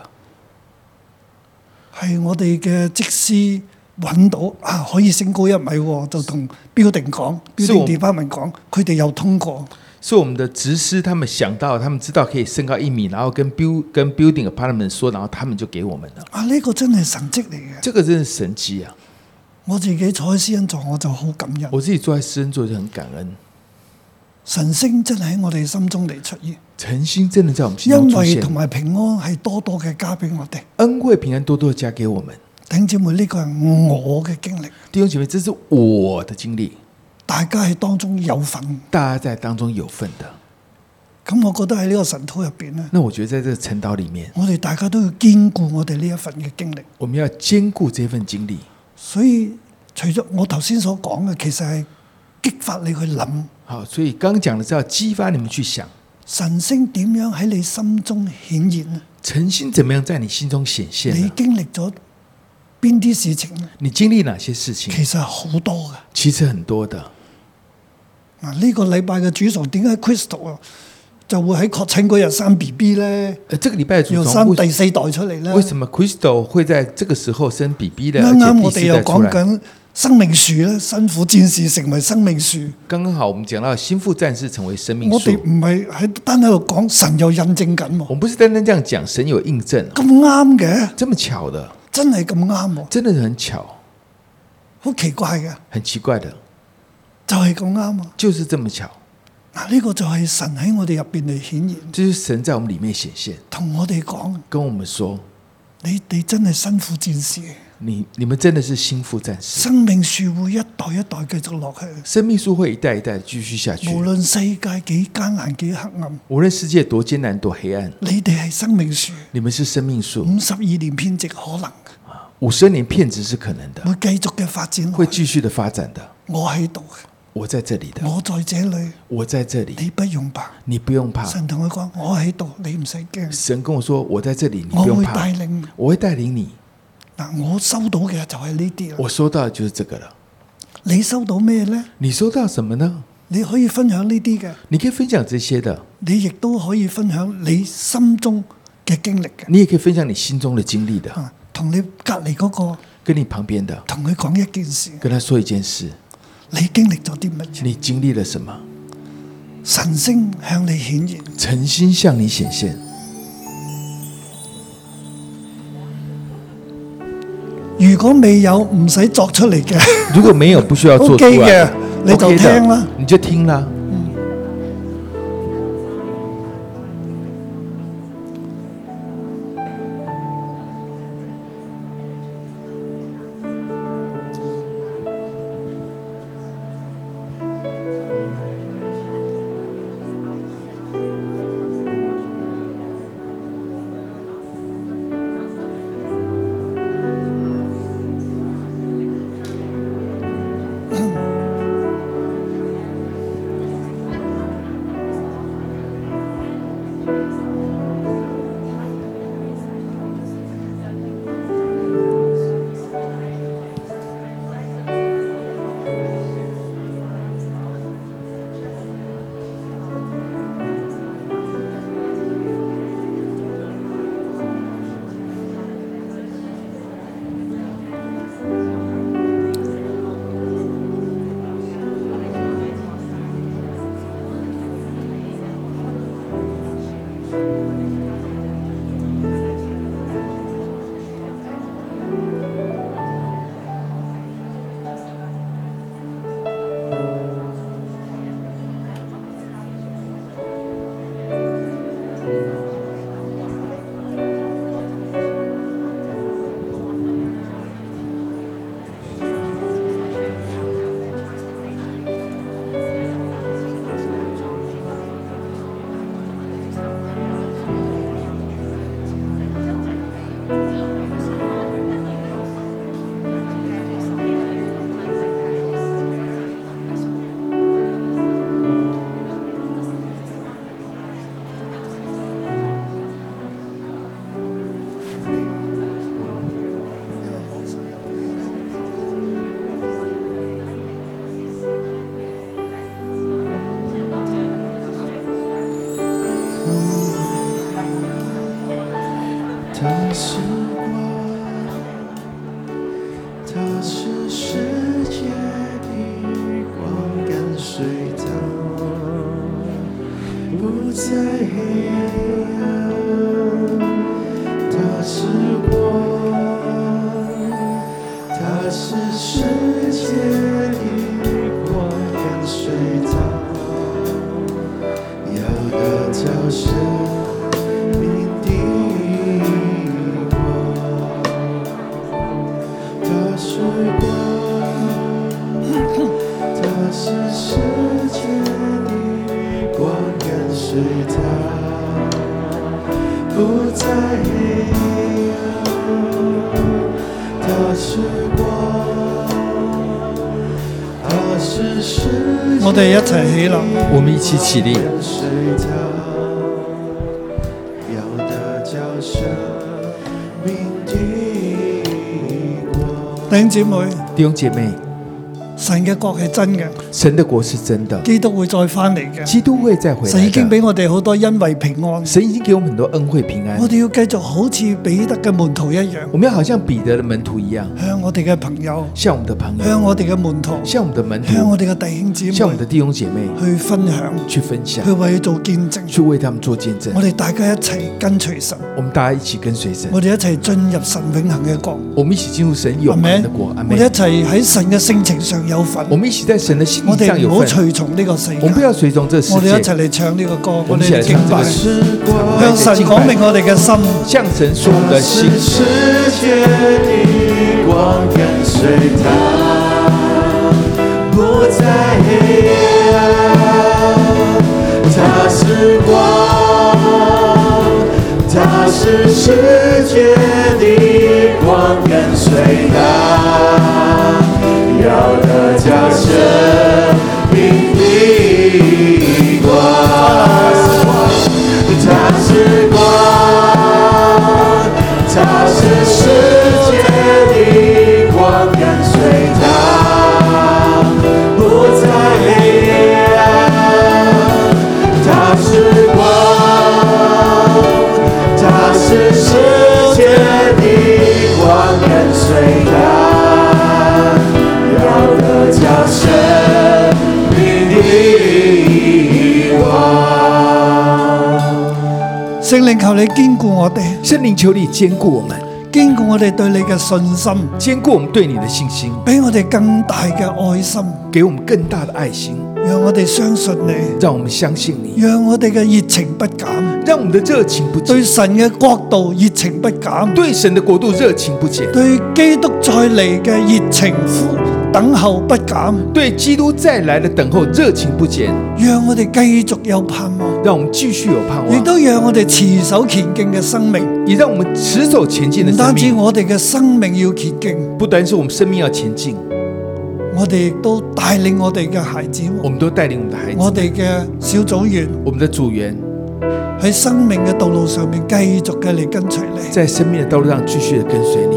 係我哋嘅則師揾到啊，可以升高一米喎，就同標定講，標
是
定
我
department 講，佢哋又通過，
是我們的执师他們想到，他們知道可以升高一米，然後跟 build 跟 building apartment 說，然後他們就給我們了。
啊呢、個真係神蹟嚟嘅。
這個真是神奇啊！
我自己坐喺私恩座我就好感人，
我自己坐在私人座就很感恩，
神星真係喺我哋心中嚟出現，
诚心真的在我們心中
因
出
為同
現，
埋平安係多多嘅加俾我哋。
恩惠平安多多地加給我們。
弟兄姊妹，呢、個係我嘅經歷，
弟兄姐妹，这是我的經歷，
大家喺當中有份。
大家在當中有份的。
咁我覺得喺呢個神土入邊咧，
那我覺得在這個晨祷里面，
我哋大家都要兼顧我哋呢一份嘅經歷。
我們要兼顧這份經歷。
所以除咗我頭先所講嘅，其實係激發你去諗
好，所以剛講的是要激發你們去想
神星點樣喺你心中顯現啊！
诚心怎麼樣在你心中顯現
你
呢？
經歷咗邊啲事情咧？
你經歷哪些事情？
其實好多嘅。
其實很多的。
嗱，呢個禮拜嘅主崇點解 Crystal 啊就會喺確診嗰日生 B B 咧，
呃，這個禮拜的主
又
從
生第
為
四代出嚟咧？
為什麼 Crystal 會在這個時候生 BB 的，而
啱嗯啱我
且
哋
第四
又
代出
講
來？
緊生命樹咧，辛苦戰士成為生命樹。
剛剛好，我們講到心腹戰士成為生命
我
樹
哋。唔係喺單喺度講，神又印證緊
我
喎，
們不是單單這樣講，神有印證，
咁啱嘅，
這麼巧的，
真係咁啱喎，
真的是很巧，
好奇怪嘅。
很奇怪的，
就係咁啱啊！
就是這麼巧。
嗱，呢個就係神喺我哋入邊嚟顯現，
這就是神在我們裡面顯現，
同我哋講：
跟我們說：
你哋真係辛苦戰士，
你你們真的是心腹戰士，
生命樹會一代一代繼續落去，
生命樹會一代一代繼續下去。
無論世界幾艱難幾黑暗，
無論世界多艱難多黑暗，
你哋係生命樹，
你們是生命樹，
五十二年編植可能
啊五十年騙子是可能的，
會繼續嘅發展落
會
去。
繼續的發展的。
我喺度嘅，
我在這裡的，
我在這裡，
我在這裡，
你不用怕。
你不用怕。
神同佢講：我喺度，你唔使驚，
神跟我說：“我在這裡，你
我
不用
會
怕
帶，領。
我會帶領你。
嗱，我收到嘅就係呢啲”啦。
我收到的就是這個了。
你收到咩呢？
你收到什麼呢？
你可以分享呢啲嘅。
你可以分享這些的，
你亦都可以分享你心中嘅經歷嘅，
你也可以分享你心中的經歷的，
啊，同你隔離嗰個，
跟你旁邊的，
同佢講一件事，
跟他說一件事：
你經歷咗啲乜嘢？
你經歷了什麼？
神星向你顯現，
誠心向你顯現。
如果未有唔使作出嚟嘅，
如果沒有，不需要做出
OK
來
嘅你就
OK 的
聽啦
你就聽啦。
他是光，他是世界的光，跟随他，不再黑暗。他是光，他是世界的光，跟随他，要得着生命的光。他是光，他是世界的光，跟随他，不再黑暗。他是光，他是世界
我哋一齊起立，
我们一起起立，
跟随他，要得着生命的光。
弟兄姊妹，
弟兄姐妹，
神嘅國係真嘅，
神的国是真的，
基督會再翻嚟嘅。
基督会再回
神
来
已經
的。
俾我哋好多恩惠平安，
神已经给我们很多恩惠平安
我，哋要繼續好似彼得嘅門徒一樣，
我们要好像彼得的门徒一样，
向我哋嘅朋友，
向我们的朋
向
友，
我哋嘅門徒，
向我们的门
向
徒
我，哋嘅弟兄姊
向我们的
妹
弟兄姐妹
去分享，
去分享
去，為佢做見證。
去为他们做见证
我。哋大家一齊跟隨神，
我们大家一起跟随神，
我哋一齊進入神永恆嘅國。
我们一起进入神永恒的国。阿
我
门
哋。一齊喺神嘅性情上有份，
我们一起在神的心
我
意上
哋
有
唔好
份，
隨從呢個世界。
我们不要随从这世
我哋一
界
齊。嚟唱呢個歌，
我
我
們
哋
一齊嚟
嚟敬
唱呢個
拜，
是光，
向神講明我哋嘅心。
向神说我们的心
是，世界的光，跟随他，不再黑暗。他是光，他是世界的光，跟随他，要得着生命的光。他是光，他是世界的光，跟随他，不再黑暗。他是光，他是世界的光，跟随他，要得着生命的光。
聖靈求你堅固我哋，
圣灵求你坚固我们，
堅固我哋對你嘅信心，
坚固我们对你的信心，
俾我哋更大嘅愛心，
给我们更大的爱心，
讓我哋相信你，
让我们相信你，
讓我哋嘅熱情不減，
让我们的热情不
對
减，
神嘅國度熱情不減，
对神的国度热情不减，
對基督再嚟嘅熱情等候不減，
对基督再来的等候热情不减，
讓我哋繼續有盼望，
让我们继续有盼
亦
望，
都讓我哋持守前進嘅生命。
也让我们持守前进的
唔
生
單止
命。
我哋嘅生命要前進，
不单是我们生命要前进，
我哋亦都帶領我哋嘅孩子王
我们都带领我们的孩子，
我哋嘅小組員
我们的组员，
喺生命嘅道路上面繼續嘅嚟跟隨你，
在生命的道路上继续的跟隨你。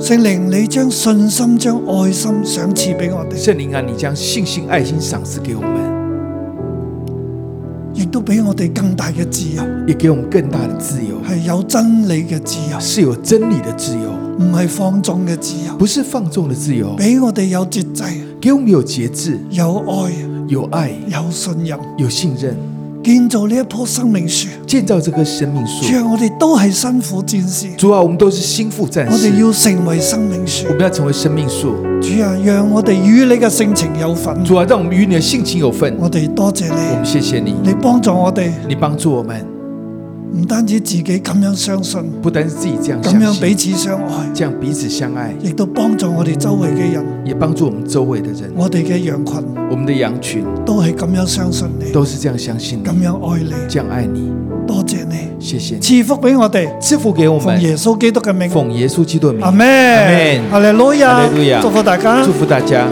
聖靈你將信心、將愛心賞賜俾我哋，
圣灵啊，你将信心、爱心赏赐给我们，
亦都俾我哋更大嘅自由，
也给我们更大的自由，
係有真理嘅自由，
是有真理的自由，
唔係放縱嘅自由，
不是放纵的自由，
俾我哋有節制、
给我们有节制、
有愛、
有爱、
有信任，
有信任，
建造呢一棵生命樹。
建造这棵生命树
主。啊，我哋都係辛苦戰士，
主啊，我们都是心腹战
我
士，
哋要成為生命樹
我。们要成为生命树。
主啊，讓我哋與你嘅性情有份。
主啊，让我们与你的性情有份。
我哋多謝
我们
你，
谢谢你，
你幫助我哋，
你帮助我们，
唔單止自己咁樣相信，
不单是自己这样
咁
相
樣彼
信，
此相愛，
这样彼此相爱，
亦都幫助我哋周圍嘅人，
也帮助我们周围的人。
我哋嘅羊群
我们的羊群
都係咁樣相信你，
都是这样相信
咁
你，
樣愛你。
这样爱你。
多謝你，
谢谢你，
賜福俾我哋，
赐福给我
奉
们。
耶穌基督嘅名，
奉耶稣基督的名，
阿
阿
咩
门，
哈利路
哈利路
亞，
亚
祝福大家
祝。福大家。